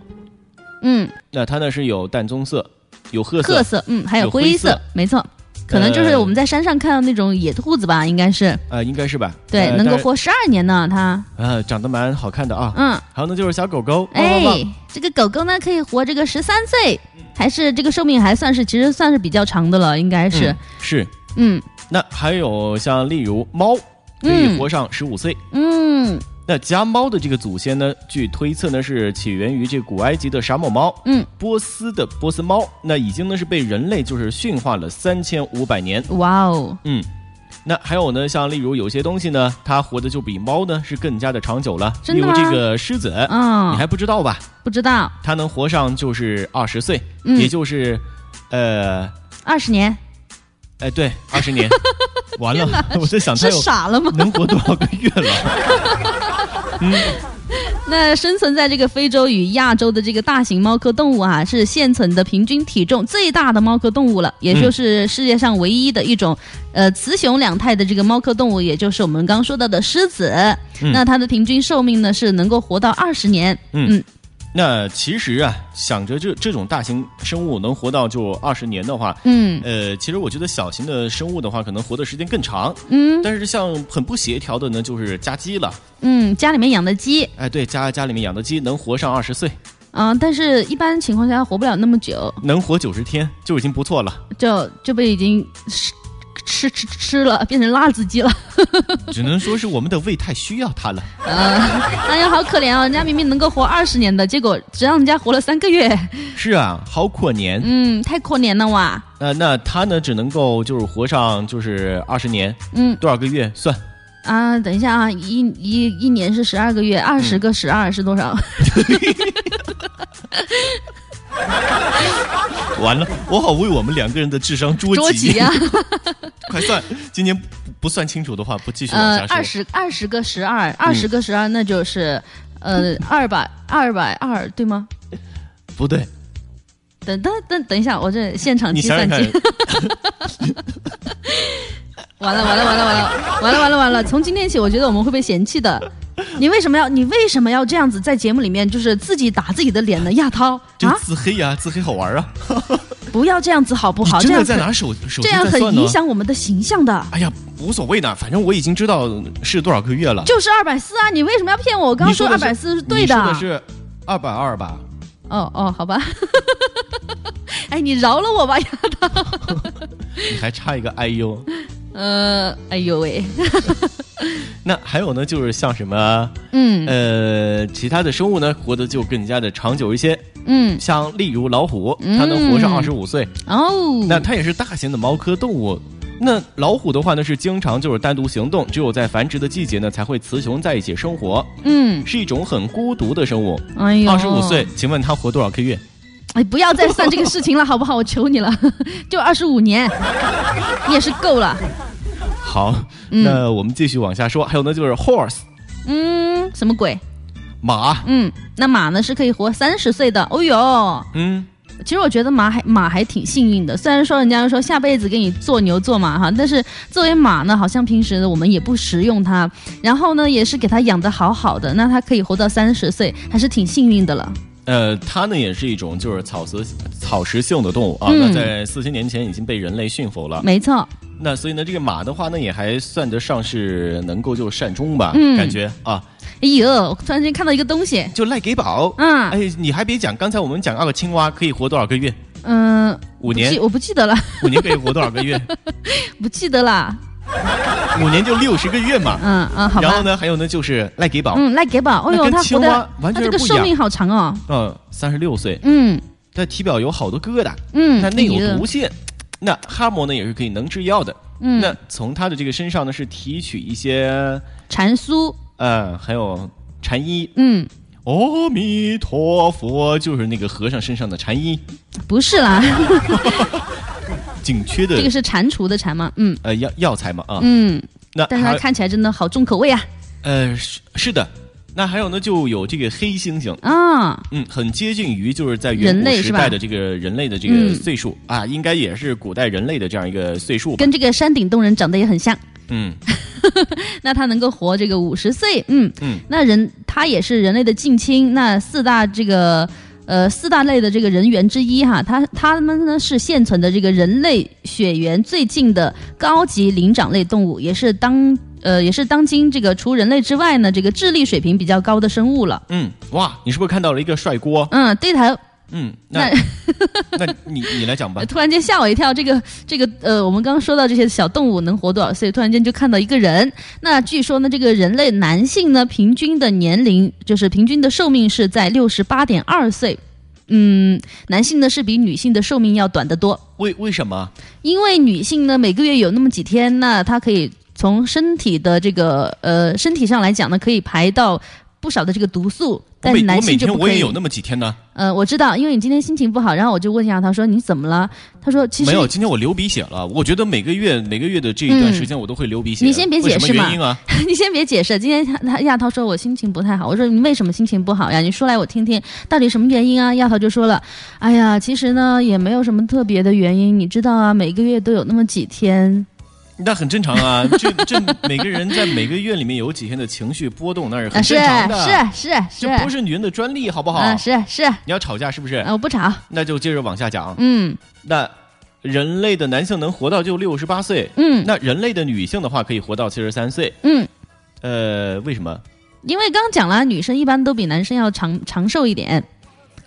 [SPEAKER 6] 嗯，
[SPEAKER 1] 那它呢是有淡棕色，有褐色，
[SPEAKER 6] 褐色，嗯，还有
[SPEAKER 1] 有灰
[SPEAKER 6] 灰色
[SPEAKER 1] 色，
[SPEAKER 6] 没错，可能就是
[SPEAKER 1] 呃
[SPEAKER 6] 我们在山上看到那种野兔子吧，应该是
[SPEAKER 1] 呃，应该是吧？
[SPEAKER 6] 对，
[SPEAKER 1] 呃
[SPEAKER 6] 能够
[SPEAKER 1] 但是
[SPEAKER 6] 活十二年呢，它，
[SPEAKER 1] 呃，长得蛮好看的啊。
[SPEAKER 6] 嗯，
[SPEAKER 1] 还有呢，就是小狗狗，汪汪
[SPEAKER 6] 哎
[SPEAKER 1] 汪，
[SPEAKER 6] 这个狗狗呢可以活这个十三岁，还是这个寿命还算是，其实算是比较长的了，应该是
[SPEAKER 1] 嗯，是。
[SPEAKER 6] 嗯
[SPEAKER 1] 那还有像例如猫，可以活上十五岁。
[SPEAKER 6] 嗯
[SPEAKER 1] 那家猫的这个祖先呢，据推测呢是起源于这古埃及的沙漠猫，
[SPEAKER 6] 嗯，
[SPEAKER 1] 波斯的波斯猫，那已经呢是被人类就是驯化了三千五百年，
[SPEAKER 6] 哇哦，
[SPEAKER 1] 嗯。那还有呢，像例如有些东西呢，它活的就比猫呢是更加的长久了，
[SPEAKER 6] 真
[SPEAKER 1] 例
[SPEAKER 6] 的
[SPEAKER 1] 如
[SPEAKER 6] 吗
[SPEAKER 1] 这个狮子，
[SPEAKER 6] 嗯
[SPEAKER 1] 你还不知道吧？
[SPEAKER 6] 不知道
[SPEAKER 1] 它能活上就是二十岁，
[SPEAKER 6] 嗯
[SPEAKER 1] 也就是，呃，
[SPEAKER 6] 二十年
[SPEAKER 1] 哎，对，二十 年，完了， 我在想它
[SPEAKER 6] 是
[SPEAKER 1] 有
[SPEAKER 6] 傻了吗？
[SPEAKER 1] 能活多少个月了？嗯，
[SPEAKER 6] 那生存在这个非洲与亚洲的这个大型猫科动物啊，是现存的平均体重最大的猫科动物了，也就是世界上唯一的一种，呃，雌雄两态的这个猫科动物，也就是我们刚说到的狮子。
[SPEAKER 1] 嗯
[SPEAKER 6] 那它的平均寿命呢是能够活到二十年。
[SPEAKER 1] 嗯那其实啊，想着这这种大型生物能活到就二十年的话，
[SPEAKER 6] 嗯
[SPEAKER 1] 呃，其实我觉得小型的生物的话，可能活的时间更长。
[SPEAKER 6] 嗯
[SPEAKER 1] 但是像很不协调的呢，就是家鸡了。
[SPEAKER 6] 嗯，家里面养的鸡
[SPEAKER 1] 哎，对，家家里面养的鸡能活上二十岁，
[SPEAKER 6] 啊、但是一般情况下活不了那么久，
[SPEAKER 1] 能活九十天就已经不错 了，
[SPEAKER 6] 就就被已经吃吃吃吃了，变成辣子鸡了。
[SPEAKER 1] 只能说是我们的胃太需要它了。
[SPEAKER 6] 啊，哎呀，好可怜哦！人家明明能够活二十年的，结果只让人家活了三个月，
[SPEAKER 1] 是啊，好可怜。
[SPEAKER 6] 嗯，太可怜了哇！
[SPEAKER 1] 呃，那它呢，只能够就是活上就是二十年，
[SPEAKER 6] 嗯
[SPEAKER 1] 多少个月算？
[SPEAKER 6] 啊，等一下啊，一一一年是十二个月，二
[SPEAKER 1] 嗯
[SPEAKER 6] 十个十二是多少？
[SPEAKER 1] 完了，我好为我们两个人的智商捉急。
[SPEAKER 6] 捉急啊！
[SPEAKER 1] 快算，今年不不算清楚的话，不继续往
[SPEAKER 6] 呃
[SPEAKER 1] 下，说。嗯
[SPEAKER 6] 二十二十个十二，二十个十二，那就是呃二百二百二对吗？
[SPEAKER 1] 不对，
[SPEAKER 6] 等等等等一下，我这现场
[SPEAKER 1] 你
[SPEAKER 6] 计
[SPEAKER 1] 想
[SPEAKER 6] 算
[SPEAKER 1] 想看
[SPEAKER 6] 机。，完了完了完了完了完了完了完了！从今天起，我觉得我们会被嫌弃的。你为什么要你为什么要这样子在节目里面就是自己打自己的脸呢？亚涛
[SPEAKER 1] 这
[SPEAKER 6] 啊，
[SPEAKER 1] 自黑呀、自黑好玩啊！
[SPEAKER 6] 不要这样子好不好？
[SPEAKER 1] 你
[SPEAKER 6] 这
[SPEAKER 1] 真
[SPEAKER 6] 样
[SPEAKER 1] 的
[SPEAKER 6] 子
[SPEAKER 1] 在拿手手机
[SPEAKER 6] 这样
[SPEAKER 1] 在
[SPEAKER 6] 很
[SPEAKER 1] 算呢
[SPEAKER 6] 影响我们的形象的。
[SPEAKER 1] 哎呀，无所谓的，反正我已经知道是多少个月了。
[SPEAKER 6] 就是二百四啊！你为什么要骗我？我刚刚
[SPEAKER 1] 你说
[SPEAKER 6] 二
[SPEAKER 1] 的是
[SPEAKER 6] 百四是对
[SPEAKER 1] 你说的是二百二吧？
[SPEAKER 6] 哦哦，好吧。 哎，你饶了我吧，亚涛。
[SPEAKER 1] 你还差一个哎呦。
[SPEAKER 6] 呃，哎呦喂，
[SPEAKER 1] 那还有呢，就是像什么，
[SPEAKER 6] 嗯
[SPEAKER 1] 呃，其他的生物呢，活得就更加的长久一些。
[SPEAKER 6] 嗯
[SPEAKER 1] 像例如老虎，它能活上
[SPEAKER 6] 嗯
[SPEAKER 1] 二十五岁。
[SPEAKER 6] 哦，
[SPEAKER 1] 那它也是大型的猫科动物。那老虎的话呢，是经常就是单独行动，只有在繁殖的季节呢，才会雌雄在一起生活。
[SPEAKER 6] 嗯，
[SPEAKER 1] 是一种很孤独的生物。
[SPEAKER 6] 哎呦
[SPEAKER 1] 二十五岁，请问它活多少个月？
[SPEAKER 6] 哎，不要再算这个事情了，好不好？我求你了， 就二十五年， 你也是够了。
[SPEAKER 1] 好，
[SPEAKER 6] 嗯
[SPEAKER 1] 那我们继续往下说。还有呢，就是 horse
[SPEAKER 6] 嗯，什么鬼？
[SPEAKER 1] 马，
[SPEAKER 6] 嗯，那马呢是可以活三十岁的。哦呦，
[SPEAKER 1] 嗯，
[SPEAKER 6] 其实我觉得马还马还挺幸运的，虽然说人家说下辈子给你做牛做马哈，但是作为马呢，好像平时我们也不食用它，然后呢也是给它养的好好的，那它可以活到三十岁，还是挺幸运的了。
[SPEAKER 1] 呃，它呢也是一种就是草食草食性的动物啊。
[SPEAKER 6] 嗯
[SPEAKER 1] 那在四千年前已经被人类驯服了。
[SPEAKER 6] 没错，
[SPEAKER 1] 那所以呢，这个马的话呢，也还算得上是能够就善终吧，
[SPEAKER 6] 嗯
[SPEAKER 1] 感觉啊，
[SPEAKER 6] 哎呦，我突然间看到一个东西，
[SPEAKER 1] 就赖给宝。
[SPEAKER 6] 嗯
[SPEAKER 1] 哎，你还别讲，刚才我们讲那个青蛙可以活多少个月？
[SPEAKER 6] 嗯、
[SPEAKER 1] 五年
[SPEAKER 6] 不记我不记得了，
[SPEAKER 1] 五年可以活多少个 月？
[SPEAKER 6] 不记得了，
[SPEAKER 1] 五年就六十个月嘛。
[SPEAKER 6] 嗯嗯，好吧。
[SPEAKER 1] 然后呢，还有呢，就是赖给宝，
[SPEAKER 6] 嗯，赖给宝，哦
[SPEAKER 1] 那
[SPEAKER 6] 呦，
[SPEAKER 1] 跟
[SPEAKER 6] 他活
[SPEAKER 1] 青
[SPEAKER 6] 的
[SPEAKER 1] 蛙，完
[SPEAKER 6] 他
[SPEAKER 1] 全是
[SPEAKER 6] 这个
[SPEAKER 1] 不一
[SPEAKER 6] 寿命
[SPEAKER 1] 样
[SPEAKER 6] 好长哦。
[SPEAKER 1] 嗯，三十六岁，
[SPEAKER 6] 嗯
[SPEAKER 1] 但体表有好多疙瘩，
[SPEAKER 6] 嗯，
[SPEAKER 1] 那内
[SPEAKER 6] 你的
[SPEAKER 1] 有毒腺。那哈摩呢也是可以能制药的，
[SPEAKER 6] 嗯
[SPEAKER 1] 那从它的这个身上呢是提取一些
[SPEAKER 6] 蟾酥，
[SPEAKER 1] 呃，还有禅衣。
[SPEAKER 6] 嗯，
[SPEAKER 1] 阿弥陀佛，就是那个和尚身上的禅衣，
[SPEAKER 6] 不是啦，
[SPEAKER 1] 啊紧缺的
[SPEAKER 6] 这个是蟾蜍的蟾嘛，嗯
[SPEAKER 1] 呃药药材嘛啊。
[SPEAKER 6] 嗯，
[SPEAKER 1] 那
[SPEAKER 6] 但是它
[SPEAKER 1] 还
[SPEAKER 6] 看起来真的好重口味啊
[SPEAKER 1] 呃是是的，那还有呢就有这个黑猩猩。
[SPEAKER 6] 啊，
[SPEAKER 1] 嗯，很接近于就是在
[SPEAKER 6] 人
[SPEAKER 1] 远古
[SPEAKER 6] 类
[SPEAKER 1] 时
[SPEAKER 6] 是吧
[SPEAKER 1] 代的这个人类的这
[SPEAKER 6] 嗯
[SPEAKER 1] 个岁数、啊，应该也是古代人类的这样一个岁数吧
[SPEAKER 6] 跟。这个山顶洞人长得也很像。
[SPEAKER 1] 嗯
[SPEAKER 6] 那它能够活这个五十岁，嗯，
[SPEAKER 1] 嗯，
[SPEAKER 6] 那人它也是人类的近亲，那四大这个。呃，四大类的这个人猿之一哈，它它们呢是现存的这个人类血缘最近的高级灵长类动物，也是当呃也是当今这个除人类之外呢，这个智力水平比较高的生物了。
[SPEAKER 1] 嗯，哇，你是不是看到了一个帅锅？
[SPEAKER 6] 嗯，对头。
[SPEAKER 1] 嗯，那
[SPEAKER 6] 那呃
[SPEAKER 1] 那你你来讲吧。
[SPEAKER 6] 突然间吓我一跳，这个这个呃，我们刚刚说到这些小动物能活多少岁，突然间就看到一个人。那据说呢，这个人类男性呢，平均的年龄就是平均的寿命是在六十八点二岁。嗯，男性呢是比女性的寿命要短得多，
[SPEAKER 1] 为为什么？
[SPEAKER 6] 因为女性呢每个月有那么几天，那她可以从身体的这个呃身体上来讲呢，可以排到不少的这个毒素，
[SPEAKER 1] 我
[SPEAKER 6] 但
[SPEAKER 1] 每
[SPEAKER 6] 男
[SPEAKER 1] 我每
[SPEAKER 6] 性就
[SPEAKER 1] 天
[SPEAKER 6] 不
[SPEAKER 1] 我
[SPEAKER 6] 可以。
[SPEAKER 1] 也有那么几天呢。
[SPEAKER 6] 呃，我知道，因为你今天心情不好，然后我就问一下他说你怎么了？他说其实
[SPEAKER 1] 没有，今天我流鼻血了。我觉得每个月每个月的这一段时间，我都会流鼻血。
[SPEAKER 6] 嗯你先别解释
[SPEAKER 1] 为什么
[SPEAKER 6] 嘛
[SPEAKER 1] 原因啊？
[SPEAKER 6] 你先别解释。今天他他亚涛说我心情不太好，我说你为什么心情不好呀？你说来我听听，到底什么原因啊？亚涛就说了，哎呀，其实呢也没有什么特别的原因，你知道啊，每个月都有那么几天。
[SPEAKER 1] 那很正常啊，这这每个人在每个月里面有几天的情绪波动，那是很
[SPEAKER 6] 啊是
[SPEAKER 1] 正常的。
[SPEAKER 6] 是是是，
[SPEAKER 1] 这不是女人的专利，好不好？
[SPEAKER 6] 啊，是是，
[SPEAKER 1] 你要吵架是不是？
[SPEAKER 6] 啊我不吵。
[SPEAKER 1] 那就接着往下讲。
[SPEAKER 6] 嗯
[SPEAKER 1] 那人类的男性能活到就六十八岁，
[SPEAKER 6] 嗯
[SPEAKER 1] 那人类的女性的话可以活到七十三岁。
[SPEAKER 6] 嗯，
[SPEAKER 1] 呃，为什么？
[SPEAKER 6] 因为刚讲了，女生一般都比男生要长长寿一点。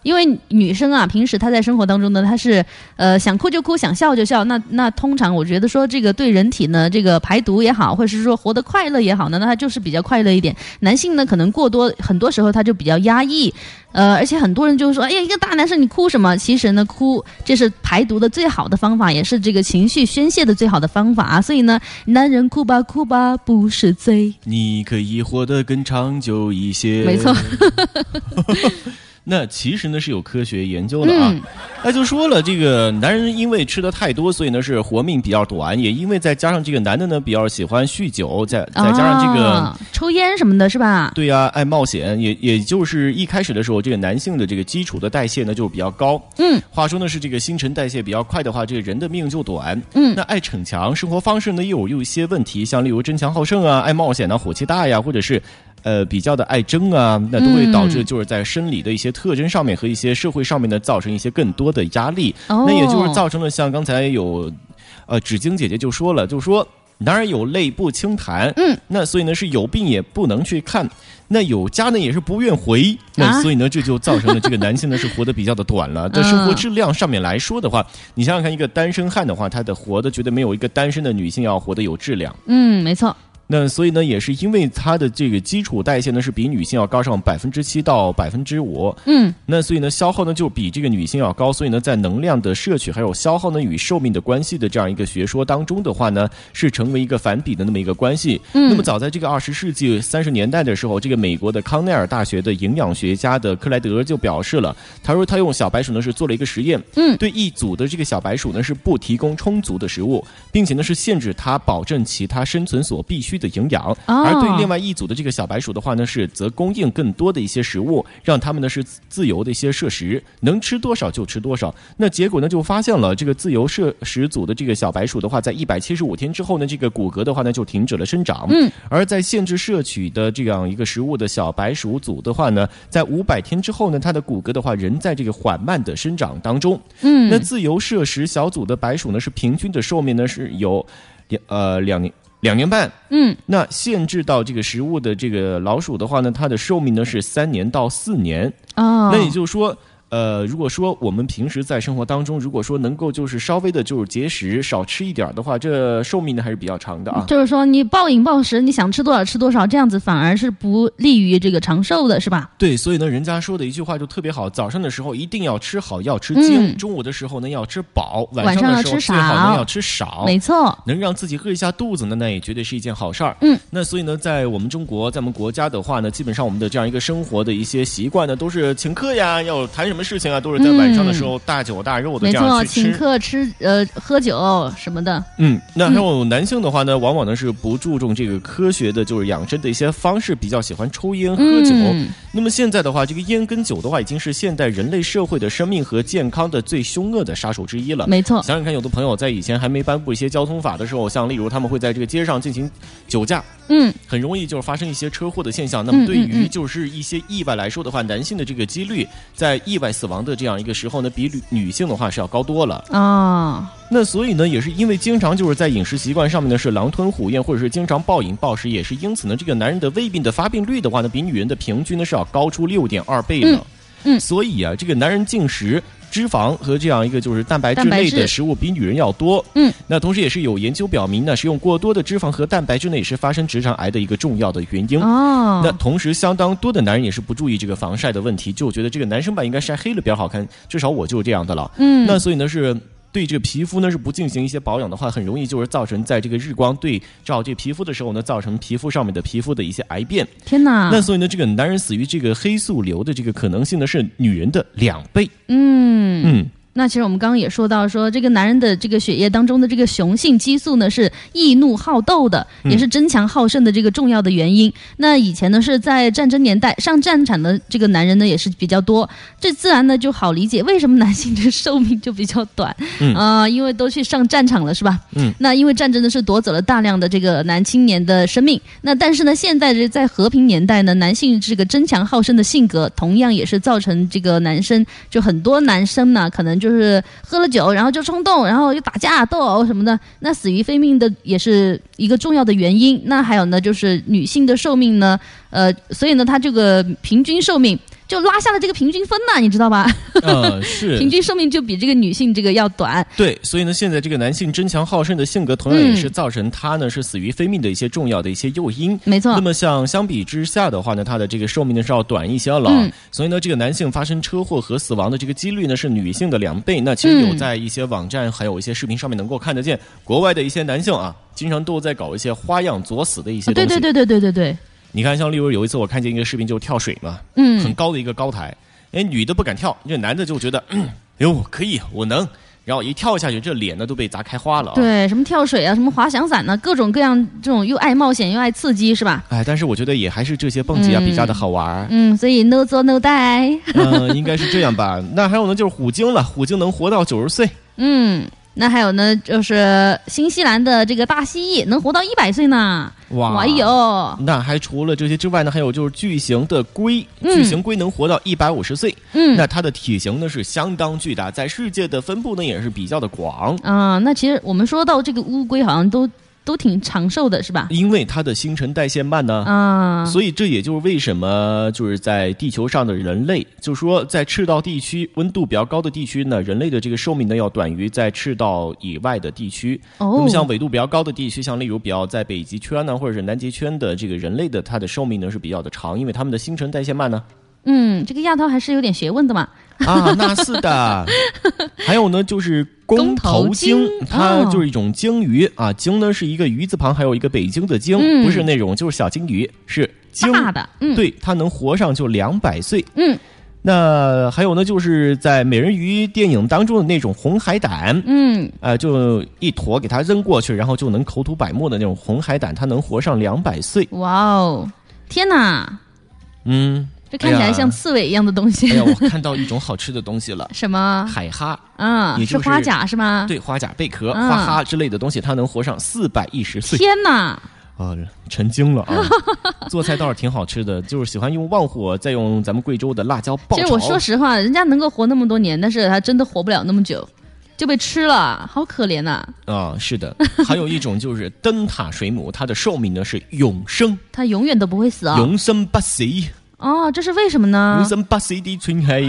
[SPEAKER 6] 因为女生啊，平时她在生活当中呢，她是呃想哭就哭，想笑就笑。那那通常我觉得说这个对人体呢，这个排毒也好，或者是说活得快乐也好呢，那她就是比较快乐一点。男性呢，可能过多很多时候他就比较压抑，呃，而且很多人就说，哎呀，一个大男生你哭什么？其实呢，哭这是排毒的最好的方法，也是这个情绪宣泄的最好的方法啊。所以呢，男人哭吧哭吧不是罪。
[SPEAKER 1] 你可以活得更长久一些。
[SPEAKER 6] 没错。
[SPEAKER 1] 那其实呢是有科学研究的啊，
[SPEAKER 6] 嗯
[SPEAKER 1] 那就说了，这个男人因为吃的太多，所以呢是活命比较短，也因为再加上这个男的呢比较喜欢酗酒，再再加上这个、
[SPEAKER 6] 啊抽烟什么的，是吧？
[SPEAKER 1] 对呀、爱冒险，也也就是一开始的时候，这个男性的这个基础的代谢呢就是比较高。
[SPEAKER 6] 嗯，
[SPEAKER 1] 话说呢是这个新陈代谢比较快的话，这个人的命就短。
[SPEAKER 6] 嗯，
[SPEAKER 1] 那爱逞强，生活方式呢又有又有一些问题，像例如争强好胜啊、爱冒险啊、火气大呀，或者是。呃，比较的爱争啊，那都会导致
[SPEAKER 6] 嗯
[SPEAKER 1] 就是在生理的一些特征上面和一些社会上面呢，造成一些更多的压力。
[SPEAKER 6] 哦
[SPEAKER 1] 那也就是造成了像刚才有呃，芷晶姐姐就说了，就说男儿有泪不轻弹，
[SPEAKER 6] 嗯，
[SPEAKER 1] 那所以呢是有病也不能去看，那有家呢也是不愿回，
[SPEAKER 6] 啊
[SPEAKER 1] 那所以呢这就造成了这个男性呢是活得比较的短 了。在
[SPEAKER 6] 嗯
[SPEAKER 1] 生活质量上面来说的话，你想想看，一个单身汉的话，他的活的绝对没有一个单身的女性要活得有质量。
[SPEAKER 6] 嗯，没错。
[SPEAKER 1] 那所以呢，也是因为他的这个基础代谢呢是比女性要高上百分之七到百分之五，
[SPEAKER 6] 嗯，
[SPEAKER 1] 那所以呢，消耗呢就比这个女性要高，所以呢，在能量的摄取还有消耗呢与寿命的关系的这样一个学说当中的话呢，是成为一个反比的那么一个关系。
[SPEAKER 24] 嗯
[SPEAKER 1] 那么早在这个二十世纪三十年代的时候，这个美国的康奈尔大学的营养学家的克莱德就表示了，他说他用小白鼠呢是做了一个实验，
[SPEAKER 6] 嗯，
[SPEAKER 1] 对一组的这个小白鼠呢是不提供充足的食物，并且呢是限制它保证其他生存所必需的营养，
[SPEAKER 6] 哦
[SPEAKER 1] 而对另外一组的这个小白鼠的话呢，是则供应更多的一些食物，让它们呢是自自由的一些摄食，能吃多少就吃多少。那结果呢，就发现了这个自由摄食组的这个小白鼠的话，在一百七十五天之后呢，这个骨骼的话呢就停止了生长。
[SPEAKER 6] 嗯，
[SPEAKER 1] 而在限制摄取的这样一个食物的小白鼠组的话呢，在五百天之后呢，它的骨骼的话仍在这个缓慢的生长当中。
[SPEAKER 6] 嗯
[SPEAKER 1] 那自由摄食小组的白鼠呢，是平均的寿命呢是有两呃两年两年半。
[SPEAKER 6] 嗯，
[SPEAKER 1] 那限制到这个食物的这个老鼠的话呢，它的寿命呢是三年到四年。
[SPEAKER 6] 哦，
[SPEAKER 1] 那也就是说，呃，如果说我们平时在生活当中，如果说能够就是稍微的就是节食，少吃一点儿的话，这寿命呢还是比较长的啊。
[SPEAKER 6] 就是说你暴饮暴食，你想吃多少吃多少，这样子反而是不利于这个长寿的，是吧？
[SPEAKER 1] 对，所以呢，人家说的一句话就特别好：早上的时候一定要吃好，要吃精；中午的时候呢要吃饱，
[SPEAKER 6] 嗯晚
[SPEAKER 1] 上
[SPEAKER 6] 上
[SPEAKER 1] 的
[SPEAKER 6] 要
[SPEAKER 1] 时候
[SPEAKER 6] 吃
[SPEAKER 1] 最好呢
[SPEAKER 6] 少
[SPEAKER 1] 要吃少。
[SPEAKER 6] 没错，
[SPEAKER 1] 能让自己饿一下肚子呢，那也绝对是一件好事儿。
[SPEAKER 6] 嗯，
[SPEAKER 1] 那所以呢，在我们中国，在我们国家的话呢，基本上我们的这样一个生活的一些习惯呢，都是请客呀，要谈什么事情啊，都是在晚上的时候大酒大肉的
[SPEAKER 6] 嗯没
[SPEAKER 1] 这样
[SPEAKER 6] 错，
[SPEAKER 1] 去吃。
[SPEAKER 6] 请客吃呃喝酒什么的，
[SPEAKER 1] 嗯，那还有男性的话呢，往往呢是不注重这个科学的，就是养生的一些方式，比较喜欢抽烟喝酒。
[SPEAKER 6] 嗯
[SPEAKER 1] 那么现在的话，这个烟跟酒的话，已经是现代人类社会的生命和健康的最凶恶的杀手之一了。
[SPEAKER 6] 没错
[SPEAKER 1] 想想看，有的朋友在以前还没颁布一些交通法的时候，像例如他们会在这个街上进行酒驾，
[SPEAKER 6] 嗯，
[SPEAKER 1] 很容易就是发生一些车祸的现象。那
[SPEAKER 6] 嗯
[SPEAKER 1] 么对
[SPEAKER 6] 嗯
[SPEAKER 1] 于
[SPEAKER 6] 嗯
[SPEAKER 1] 就是一些意外来说的话，男性的这个几率在意外死亡的这样一个时候呢，比女女性的话是要高多了。
[SPEAKER 6] 哦，
[SPEAKER 1] 那所以呢，也是因为经常就是在饮食习惯上面呢是狼吞虎咽，或者是经常暴饮暴食，也是因此呢，这个男人的胃病的发病率的话呢，比女人的平均呢是要高出六点二倍呢。
[SPEAKER 6] 嗯，
[SPEAKER 1] 所以啊，这个男人进食脂肪和这样一个就是蛋白质
[SPEAKER 6] 蛋白
[SPEAKER 1] 类
[SPEAKER 6] 质
[SPEAKER 1] 的食物比女人要多。
[SPEAKER 6] 嗯，
[SPEAKER 1] 那同时也是有研究表明呢，食用过多的脂肪和蛋白质呢，也是发生直肠癌的一个重要的原因。
[SPEAKER 6] 哦
[SPEAKER 1] 那同时相当多的男人也是不注意这个防晒的问题，就觉得这个男生版应该晒黑了比较好看，至少我就是这样的了。
[SPEAKER 6] 嗯
[SPEAKER 1] 那所以呢是。对这个皮肤呢是不进行一些保养的话，很容易就是造成在这个日光对照这皮肤的时候呢，造成皮肤上面的皮肤的一些癌变。
[SPEAKER 6] 天哪，
[SPEAKER 1] 那所以呢，这个男人死于这个黑素瘤的这个可能性呢是女人的两倍。
[SPEAKER 6] 嗯
[SPEAKER 1] 嗯，
[SPEAKER 6] 那其实我们刚刚也说到说，这个男人的这个血液当中的这个雄性激素呢，是易怒好斗的，
[SPEAKER 25] 嗯
[SPEAKER 6] 也是争强好胜的这个重要的原因。那以前呢是在战争年代，上战场的这个男人呢也是比较多，这自然呢就好理解为什么男性这寿命就比较短啊、
[SPEAKER 4] 嗯
[SPEAKER 6] 因为都去上战场了，是吧？
[SPEAKER 4] 嗯
[SPEAKER 6] 那因为战争呢是夺走了大量的这个男青年的生命，那但是呢，现在这在和平年代呢，男性这个争强好胜的性格，同样也是造成这个男生就很多男生呢，可能就是喝了酒，然后就冲动，然后又打架斗殴什么的，那死于非命的也是一个重要的原因。那还有呢，就是女性的寿命呢，呃，所以呢，她这个平均寿命。就拉下了这个平均分呐、你知道吧？
[SPEAKER 1] 呃 是
[SPEAKER 6] 平均寿命就比这个女性这个要短。
[SPEAKER 1] 对，所以呢，现在这个男性争强好胜的性格，同样
[SPEAKER 6] 嗯
[SPEAKER 1] 也是造成他呢是死于非命的一些重要的一些诱因。
[SPEAKER 6] 没错
[SPEAKER 1] 那么像相比之下的话呢，他的这个寿命呢是要短一些了啊。
[SPEAKER 6] 嗯
[SPEAKER 1] 所以呢，这个男性发生车祸和死亡的这个几率呢是女性的两倍。那其实有
[SPEAKER 6] 嗯
[SPEAKER 1] 在一些网站还有一些视频上面能够看得见，国外的一些男性啊，经常都在搞一些花样作死的一些东
[SPEAKER 6] 对
[SPEAKER 1] 西。
[SPEAKER 6] 啊对对对对对对，
[SPEAKER 1] 你看，像例如有一次我看见一个视频，就是跳水嘛，
[SPEAKER 6] 嗯
[SPEAKER 1] 很高的一个高台，哎，女的不敢跳，这男的就觉得，嗯哟、可以，我能，然后一跳下去，这脸呢都被砸开花了啊。。
[SPEAKER 6] 对，什么跳水啊，什么滑翔伞呐、各种各样这种又爱冒险又爱刺激，是吧？
[SPEAKER 1] 哎，但是我觉得也还是这些蹦极啊、
[SPEAKER 6] 嗯
[SPEAKER 1] 比较的好玩儿。
[SPEAKER 6] 嗯，所以 no 作 no die。
[SPEAKER 1] 嗯、应该是这样吧。那还有呢，就是虎鲸了，虎鲸能活到九十岁。
[SPEAKER 6] 嗯，那还有呢，就是新西兰的这个大蜥蜴能活到一百岁呢。
[SPEAKER 1] 哇
[SPEAKER 6] 哎呦，
[SPEAKER 1] 那还除了这些之外呢，还有就是巨型的龟，
[SPEAKER 6] 嗯
[SPEAKER 1] 巨型龟能活到一百五十岁。
[SPEAKER 6] 嗯
[SPEAKER 1] 那它的体型呢是相当巨大，在世界的分布呢也是比较的广。
[SPEAKER 6] 啊，那其实我们说到这个乌龟，好像都都挺长寿的，是吧？
[SPEAKER 1] 因为它的新陈代谢慢呢，
[SPEAKER 6] 啊
[SPEAKER 1] 所以这也就是为什么就是在地球上的人类，就是说在赤道地区温度比较高的地区呢，人类的这个寿命呢要短于在赤道以外的地区。
[SPEAKER 6] 哦
[SPEAKER 1] 那么像纬度比较高的地区，像例如比较在北极圈啊呢，或者是南极圈的这个人类的，它的寿命呢是比较的长，因为他们的新陈代谢慢呢。
[SPEAKER 6] 嗯，这个亚涛还是有点学问的嘛。
[SPEAKER 1] 啊，那是的。 还有呢，就是公头鲸，
[SPEAKER 6] 头鲸
[SPEAKER 1] 它
[SPEAKER 6] 哦
[SPEAKER 1] 就是一种鲸鱼啊。鲸呢是一个鱼字旁，还有一个北京的京，
[SPEAKER 6] 嗯
[SPEAKER 1] 不是那种就是小鲸鱼，是鲸
[SPEAKER 6] 大的嗯
[SPEAKER 1] 对，它能活上就两百岁。
[SPEAKER 6] 嗯。
[SPEAKER 1] 那还有呢，就是在美人鱼电影当中的那种红海胆，
[SPEAKER 6] 嗯，
[SPEAKER 1] 啊、就一坨给它扔过去，然后就能口吐白沫的那种红海胆，它能活上两百岁。
[SPEAKER 6] 哇哦，天哪，
[SPEAKER 1] 嗯，
[SPEAKER 6] 这看起来
[SPEAKER 1] 哎
[SPEAKER 6] 像
[SPEAKER 1] 呀
[SPEAKER 6] 刺猬一样的东西。，
[SPEAKER 1] 哎呀，我看到一种好吃的东西了
[SPEAKER 6] 什么？
[SPEAKER 1] 海哈。
[SPEAKER 6] 啊，
[SPEAKER 1] 也就是
[SPEAKER 6] 花甲是吗？
[SPEAKER 1] 对，花甲、贝壳、
[SPEAKER 6] 嗯
[SPEAKER 1] 花哈之类的东西，它能活上四百一十岁。
[SPEAKER 6] 天哪！
[SPEAKER 1] 啊，成精 了啊！做菜倒是挺好吃的，就是喜欢用旺火，再用咱们贵州的辣椒爆炒。
[SPEAKER 6] 其实我说实话，人家能够活那么多年，但是他真的活不了那么久，就被吃了，好可怜呐、
[SPEAKER 1] 啊，是的，还有一种就是灯塔水母，它的寿命呢是永生，
[SPEAKER 6] 他永远都不会死啊！
[SPEAKER 1] 永生不死，
[SPEAKER 6] 哦，这是为什么呢
[SPEAKER 1] 永？生不死的春黑。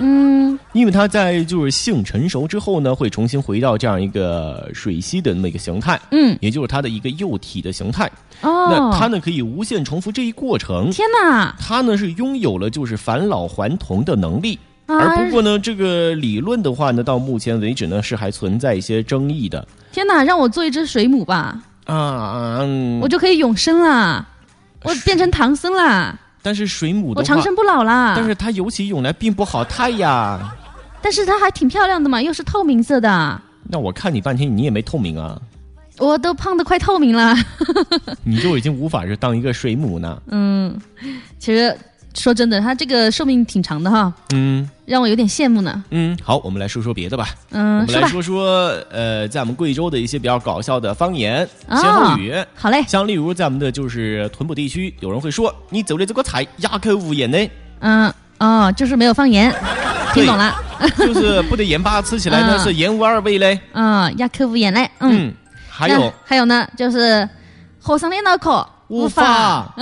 [SPEAKER 6] 嗯，
[SPEAKER 1] 因为它在就是性成熟之后呢，会重新回到这样一个水螅的那么一个形态，
[SPEAKER 6] 嗯，
[SPEAKER 1] 也就是它的一个幼体的形态。
[SPEAKER 6] 哦
[SPEAKER 1] 那它呢可以无限重复这一过程。
[SPEAKER 6] 天哪！啊
[SPEAKER 1] 它呢是拥有了就是返老还童的能力。
[SPEAKER 6] 啊
[SPEAKER 1] 而不过呢，这个理论的话呢，到目前为止呢是还存在一些争议的
[SPEAKER 6] 天哪，让我做一只水母吧，
[SPEAKER 1] 啊。嗯、
[SPEAKER 6] 我就可以永生啦，我变成唐僧啦，
[SPEAKER 1] 但是水母的话
[SPEAKER 6] 我长生不老啦。
[SPEAKER 1] 但是它游起泳来并不好太呀。
[SPEAKER 6] 但是它还挺漂亮的嘛，又是透明色的，
[SPEAKER 1] 那我看你半天，你也没透明 啊，
[SPEAKER 6] 我都胖的快透明了。
[SPEAKER 1] 你就已经无法是当一个水母呢。
[SPEAKER 6] 嗯，其实说真的，它这个寿命挺长的哈，
[SPEAKER 1] 嗯
[SPEAKER 6] 让我有点羡慕呢。
[SPEAKER 1] 嗯，好，我们来说说别的吧。
[SPEAKER 6] 嗯
[SPEAKER 1] 我们
[SPEAKER 6] 说
[SPEAKER 1] 来
[SPEAKER 6] 吧
[SPEAKER 1] 说说呃，在我们贵州的一些比较搞笑的方言、
[SPEAKER 6] 哦
[SPEAKER 1] 歇后语。
[SPEAKER 6] 好嘞，
[SPEAKER 1] 像例如在我们的就是屯埔地区，有人会说：“你走的这个菜哑口无言呢。”
[SPEAKER 6] 嗯，哦，就是没有方言， 听懂了。
[SPEAKER 1] 就是不得盐巴，吃起来呢
[SPEAKER 6] 嗯
[SPEAKER 1] 是盐无二味嘞。
[SPEAKER 6] 嗯，亚克无眼泪。嗯，
[SPEAKER 1] 还有
[SPEAKER 6] 那还有呢，就是火上练脑壳，
[SPEAKER 1] 无
[SPEAKER 6] 法
[SPEAKER 1] 法，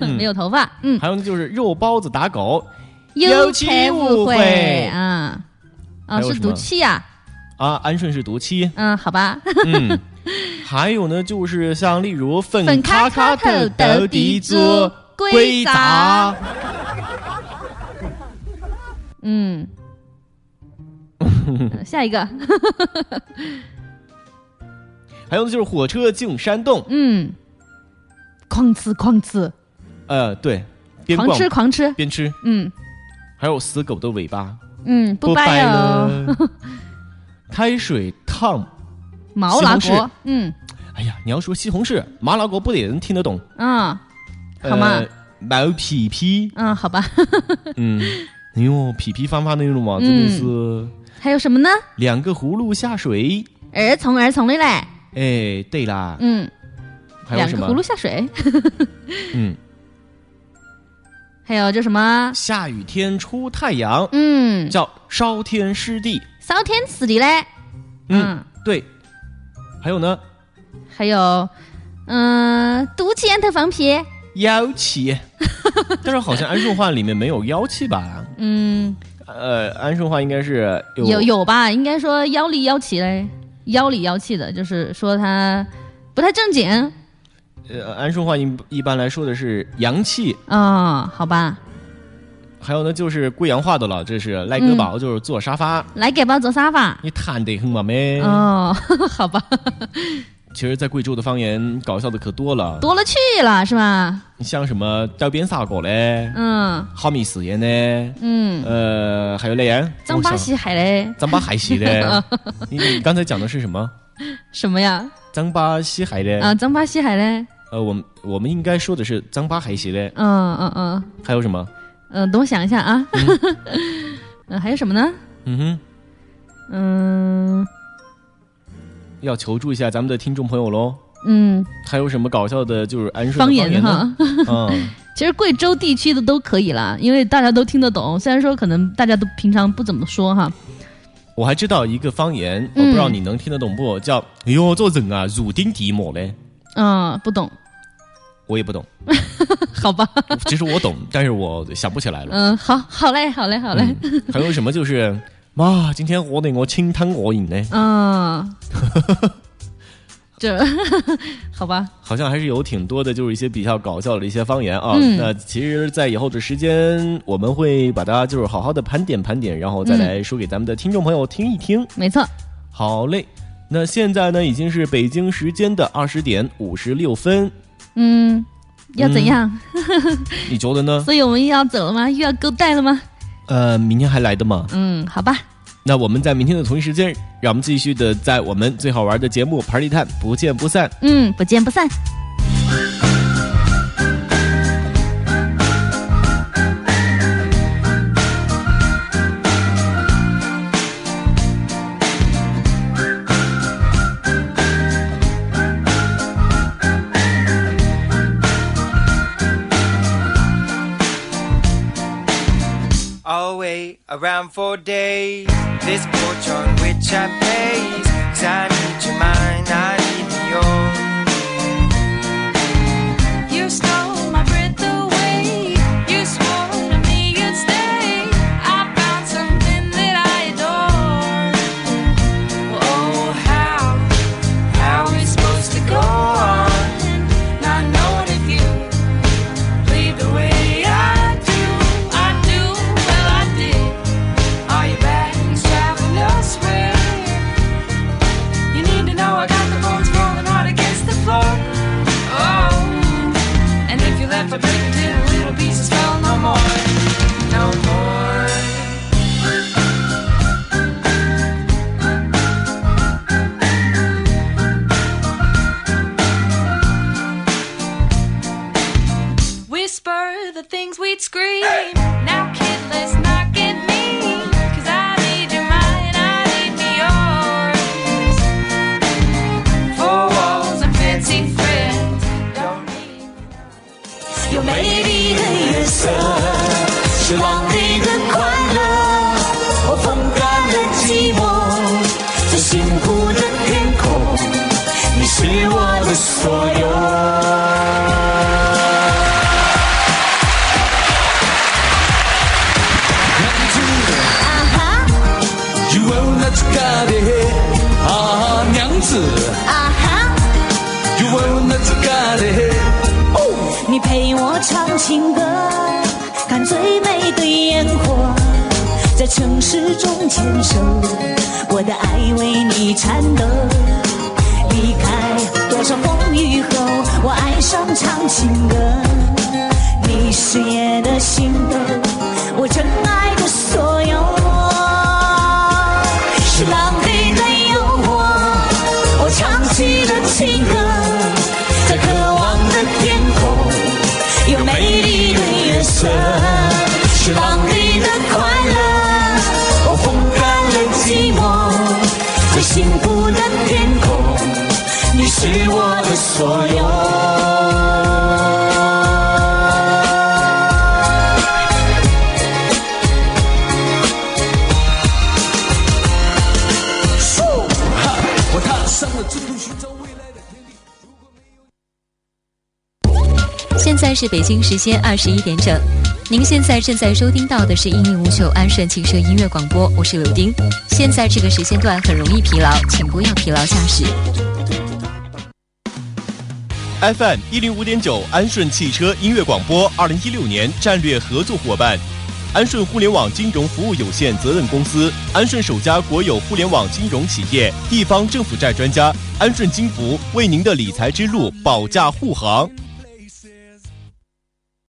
[SPEAKER 6] 嗯没有头发。嗯，
[SPEAKER 1] 还有呢就是肉包子打狗，
[SPEAKER 6] 妻无悔啊
[SPEAKER 1] 还
[SPEAKER 6] 啊，
[SPEAKER 1] 有
[SPEAKER 6] 是
[SPEAKER 1] 什
[SPEAKER 6] 毒
[SPEAKER 1] 么
[SPEAKER 6] 气呀。
[SPEAKER 1] 啊，安顺是毒妻。
[SPEAKER 6] 嗯，好吧。
[SPEAKER 1] 嗯，还有呢就是像例如
[SPEAKER 6] 粉
[SPEAKER 1] 粉
[SPEAKER 6] 咔
[SPEAKER 1] 咔
[SPEAKER 6] 咔
[SPEAKER 1] 咔头
[SPEAKER 6] 头斗
[SPEAKER 1] 斗地
[SPEAKER 6] 地主
[SPEAKER 1] 主，
[SPEAKER 6] 鬼
[SPEAKER 1] 鬼
[SPEAKER 6] 杂
[SPEAKER 1] 杂。
[SPEAKER 6] 嗯，呃下一个。
[SPEAKER 1] 还有呢就是火车进山洞，
[SPEAKER 6] 嗯，狂吃狂吃，
[SPEAKER 1] 呃，对，边
[SPEAKER 6] 狂
[SPEAKER 1] 逛
[SPEAKER 6] 吃狂吃。
[SPEAKER 1] 边吃，
[SPEAKER 6] 嗯，
[SPEAKER 1] 还有死狗的尾巴，
[SPEAKER 6] 嗯，不
[SPEAKER 1] 不
[SPEAKER 6] 掰
[SPEAKER 1] 掰
[SPEAKER 6] 哦，
[SPEAKER 1] 了 开水烫，
[SPEAKER 6] 毛拉
[SPEAKER 1] 西红
[SPEAKER 6] 国
[SPEAKER 1] 柿，
[SPEAKER 6] 嗯
[SPEAKER 1] 哎呀，你要说西红柿、麻辣锅，不得也能听得懂？
[SPEAKER 6] 嗯，好吗
[SPEAKER 1] 呃？毛皮皮，
[SPEAKER 6] 嗯，好吧。
[SPEAKER 1] 嗯，哎呦，皮皮翻翻那种嘛，真的是
[SPEAKER 6] 还有什么呢？
[SPEAKER 1] 两个葫芦下水。
[SPEAKER 6] 儿从儿从的嘞，
[SPEAKER 1] 哎，对啦，
[SPEAKER 6] 嗯，
[SPEAKER 1] 还有
[SPEAKER 6] 两
[SPEAKER 1] 什
[SPEAKER 6] 个
[SPEAKER 1] 么？
[SPEAKER 6] 葫芦下水，
[SPEAKER 1] 嗯，
[SPEAKER 6] 还有这什么？
[SPEAKER 1] 下雨天出太阳，
[SPEAKER 6] 嗯，
[SPEAKER 1] 叫烧天湿地。
[SPEAKER 6] 烧天死地嘞，
[SPEAKER 1] 嗯，对。还有呢，
[SPEAKER 6] 还有，嗯，毒气安头防皮，
[SPEAKER 1] 妖 气，但是好像安顺话里面没有妖气吧？
[SPEAKER 6] 嗯，
[SPEAKER 1] 呃，安顺话应该是有
[SPEAKER 6] 有有吧？应该说妖里妖气嘞，妖里妖气的，就是说他不太正经
[SPEAKER 1] 呃，安顺话一一般来说的是阳气，
[SPEAKER 6] 啊、好吧？
[SPEAKER 1] 还有呢就是贵阳话的了，这是赖哥
[SPEAKER 6] 嗯
[SPEAKER 1] 宝就是坐沙发，
[SPEAKER 6] 来给包坐沙发。
[SPEAKER 1] 你贪得很嘛妹。
[SPEAKER 6] 哦，好吧，
[SPEAKER 1] 其实，在贵州的方言搞笑的可多了，
[SPEAKER 6] 多了去了是吧？
[SPEAKER 1] 像什么刀边砂锅嘞，
[SPEAKER 6] 嗯
[SPEAKER 1] 哈密誓言呢，
[SPEAKER 6] 嗯，
[SPEAKER 1] 呃，还有那样
[SPEAKER 6] 张巴
[SPEAKER 1] 我
[SPEAKER 6] 西海嘞
[SPEAKER 1] 想，张巴海西 的，你你刚才讲的是什么？
[SPEAKER 6] 什么呀？
[SPEAKER 1] 张巴西海的
[SPEAKER 6] 啊，张巴西海嘞，
[SPEAKER 1] 呃，我们我们应该说的是张巴海西的，
[SPEAKER 6] 嗯嗯嗯
[SPEAKER 1] 还有什么？
[SPEAKER 6] 嗯，等我想一下啊， 嗯，还有什么呢？
[SPEAKER 1] 嗯哼，
[SPEAKER 6] 嗯
[SPEAKER 1] 要求助一下咱们的听众朋友喽。
[SPEAKER 6] 嗯，
[SPEAKER 1] 还有什么搞笑的，就是安顺的
[SPEAKER 6] 方
[SPEAKER 1] 方
[SPEAKER 6] 言
[SPEAKER 1] 呢？嗯，
[SPEAKER 6] 其实贵州地区的都可以啦，因为大家都听得懂，虽然说可能大家都平常不怎么说哈。
[SPEAKER 1] 我还知道一个方 言，我
[SPEAKER 6] 嗯
[SPEAKER 1] 不知道你能听得懂不？叫“哎呦，做人啊，入丁地魔嘞
[SPEAKER 6] 嗯，不懂，”，
[SPEAKER 1] 我也不懂。
[SPEAKER 6] 好吧。
[SPEAKER 1] 其实我懂，但是我想不起来了。
[SPEAKER 6] 嗯，好，好嘞，好嘞，好嘞，
[SPEAKER 1] 还有什么就是妈，今天我得我清汤我饮嘞，
[SPEAKER 6] 嗯， 这 好吧，
[SPEAKER 1] 好像还是有挺多的，就是一些比较搞笑的一些方言啊。
[SPEAKER 6] 嗯
[SPEAKER 1] 那其实，在以后的时间，我们会把它就是好好的盘点盘点，然后再
[SPEAKER 6] 嗯
[SPEAKER 1] 来说给咱们的听众朋友听一听。
[SPEAKER 6] 没错，
[SPEAKER 1] 好嘞，那现在呢已经是北京时间的二十点五十六分，
[SPEAKER 6] 嗯，要怎样？
[SPEAKER 1] 你觉得呢？
[SPEAKER 6] 所以我们又要走了吗？又要勾带了吗？
[SPEAKER 1] 呃，明天还来的吗？
[SPEAKER 6] 嗯，好吧，
[SPEAKER 1] 那我们在明天的同一时间，让我们继续的在我们最好玩的节目《Party Time》不见不散。
[SPEAKER 6] 嗯，不见不散。
[SPEAKER 3] All way around for days. This porch on which I base. 'Cause I need your mind, I need yours.
[SPEAKER 10] You stole my breath away. You swore to me you'd stay. I found something that I adore. Oh, how, how are we supposed to go on? Not knowing if you leave the way I do. I do, well, I did. Are your bags traveling elsewhere? You need to know I got the bones rolling hard against the floor. Oh. And if you left, I break it into little pieces. Fell no more, no more. Whisper the things we'd scream. Now, kid, let's not get mean. 'Cause I need your mind, I need yours. Four walls and fancy friends. Don't need.
[SPEAKER 26] 有美丽的夜色，是亡灵的快乐。我风干了寂寞，在幸福的天空，你是我的所有。啊
[SPEAKER 5] You will not get it 啊，娘子
[SPEAKER 26] 啊哈，
[SPEAKER 5] ，You will not get it。
[SPEAKER 26] 哦，你陪我唱情歌，看最美的烟火，在城市中牵手，我的爱为你颤抖。离开多少风雨后，我爱上唱情歌，你是夜的心动，我真爱的所有。情歌，在渴望的天空，有美丽的月色，是浪里的快乐，我风干了寂寞，最幸福的天空，你是我的所有。
[SPEAKER 27] 咻哈！我踏上了征途，寻找未来的天地。
[SPEAKER 5] 现在是北京时间二十一点整，您现在正在收听到的是《英丽无袖安顺汽车音乐广播》，我是柳丁。现在这个时间段很容易疲劳，请不要疲劳驾驶。
[SPEAKER 1] FM 一零五点九安顺汽车音乐广播，二零一六年战略合作伙伴，安顺互联网金融服务有限责任公司，安顺首家国有互联网金融企业，地方政府债专家，安顺金服为您的理财之路保驾护航。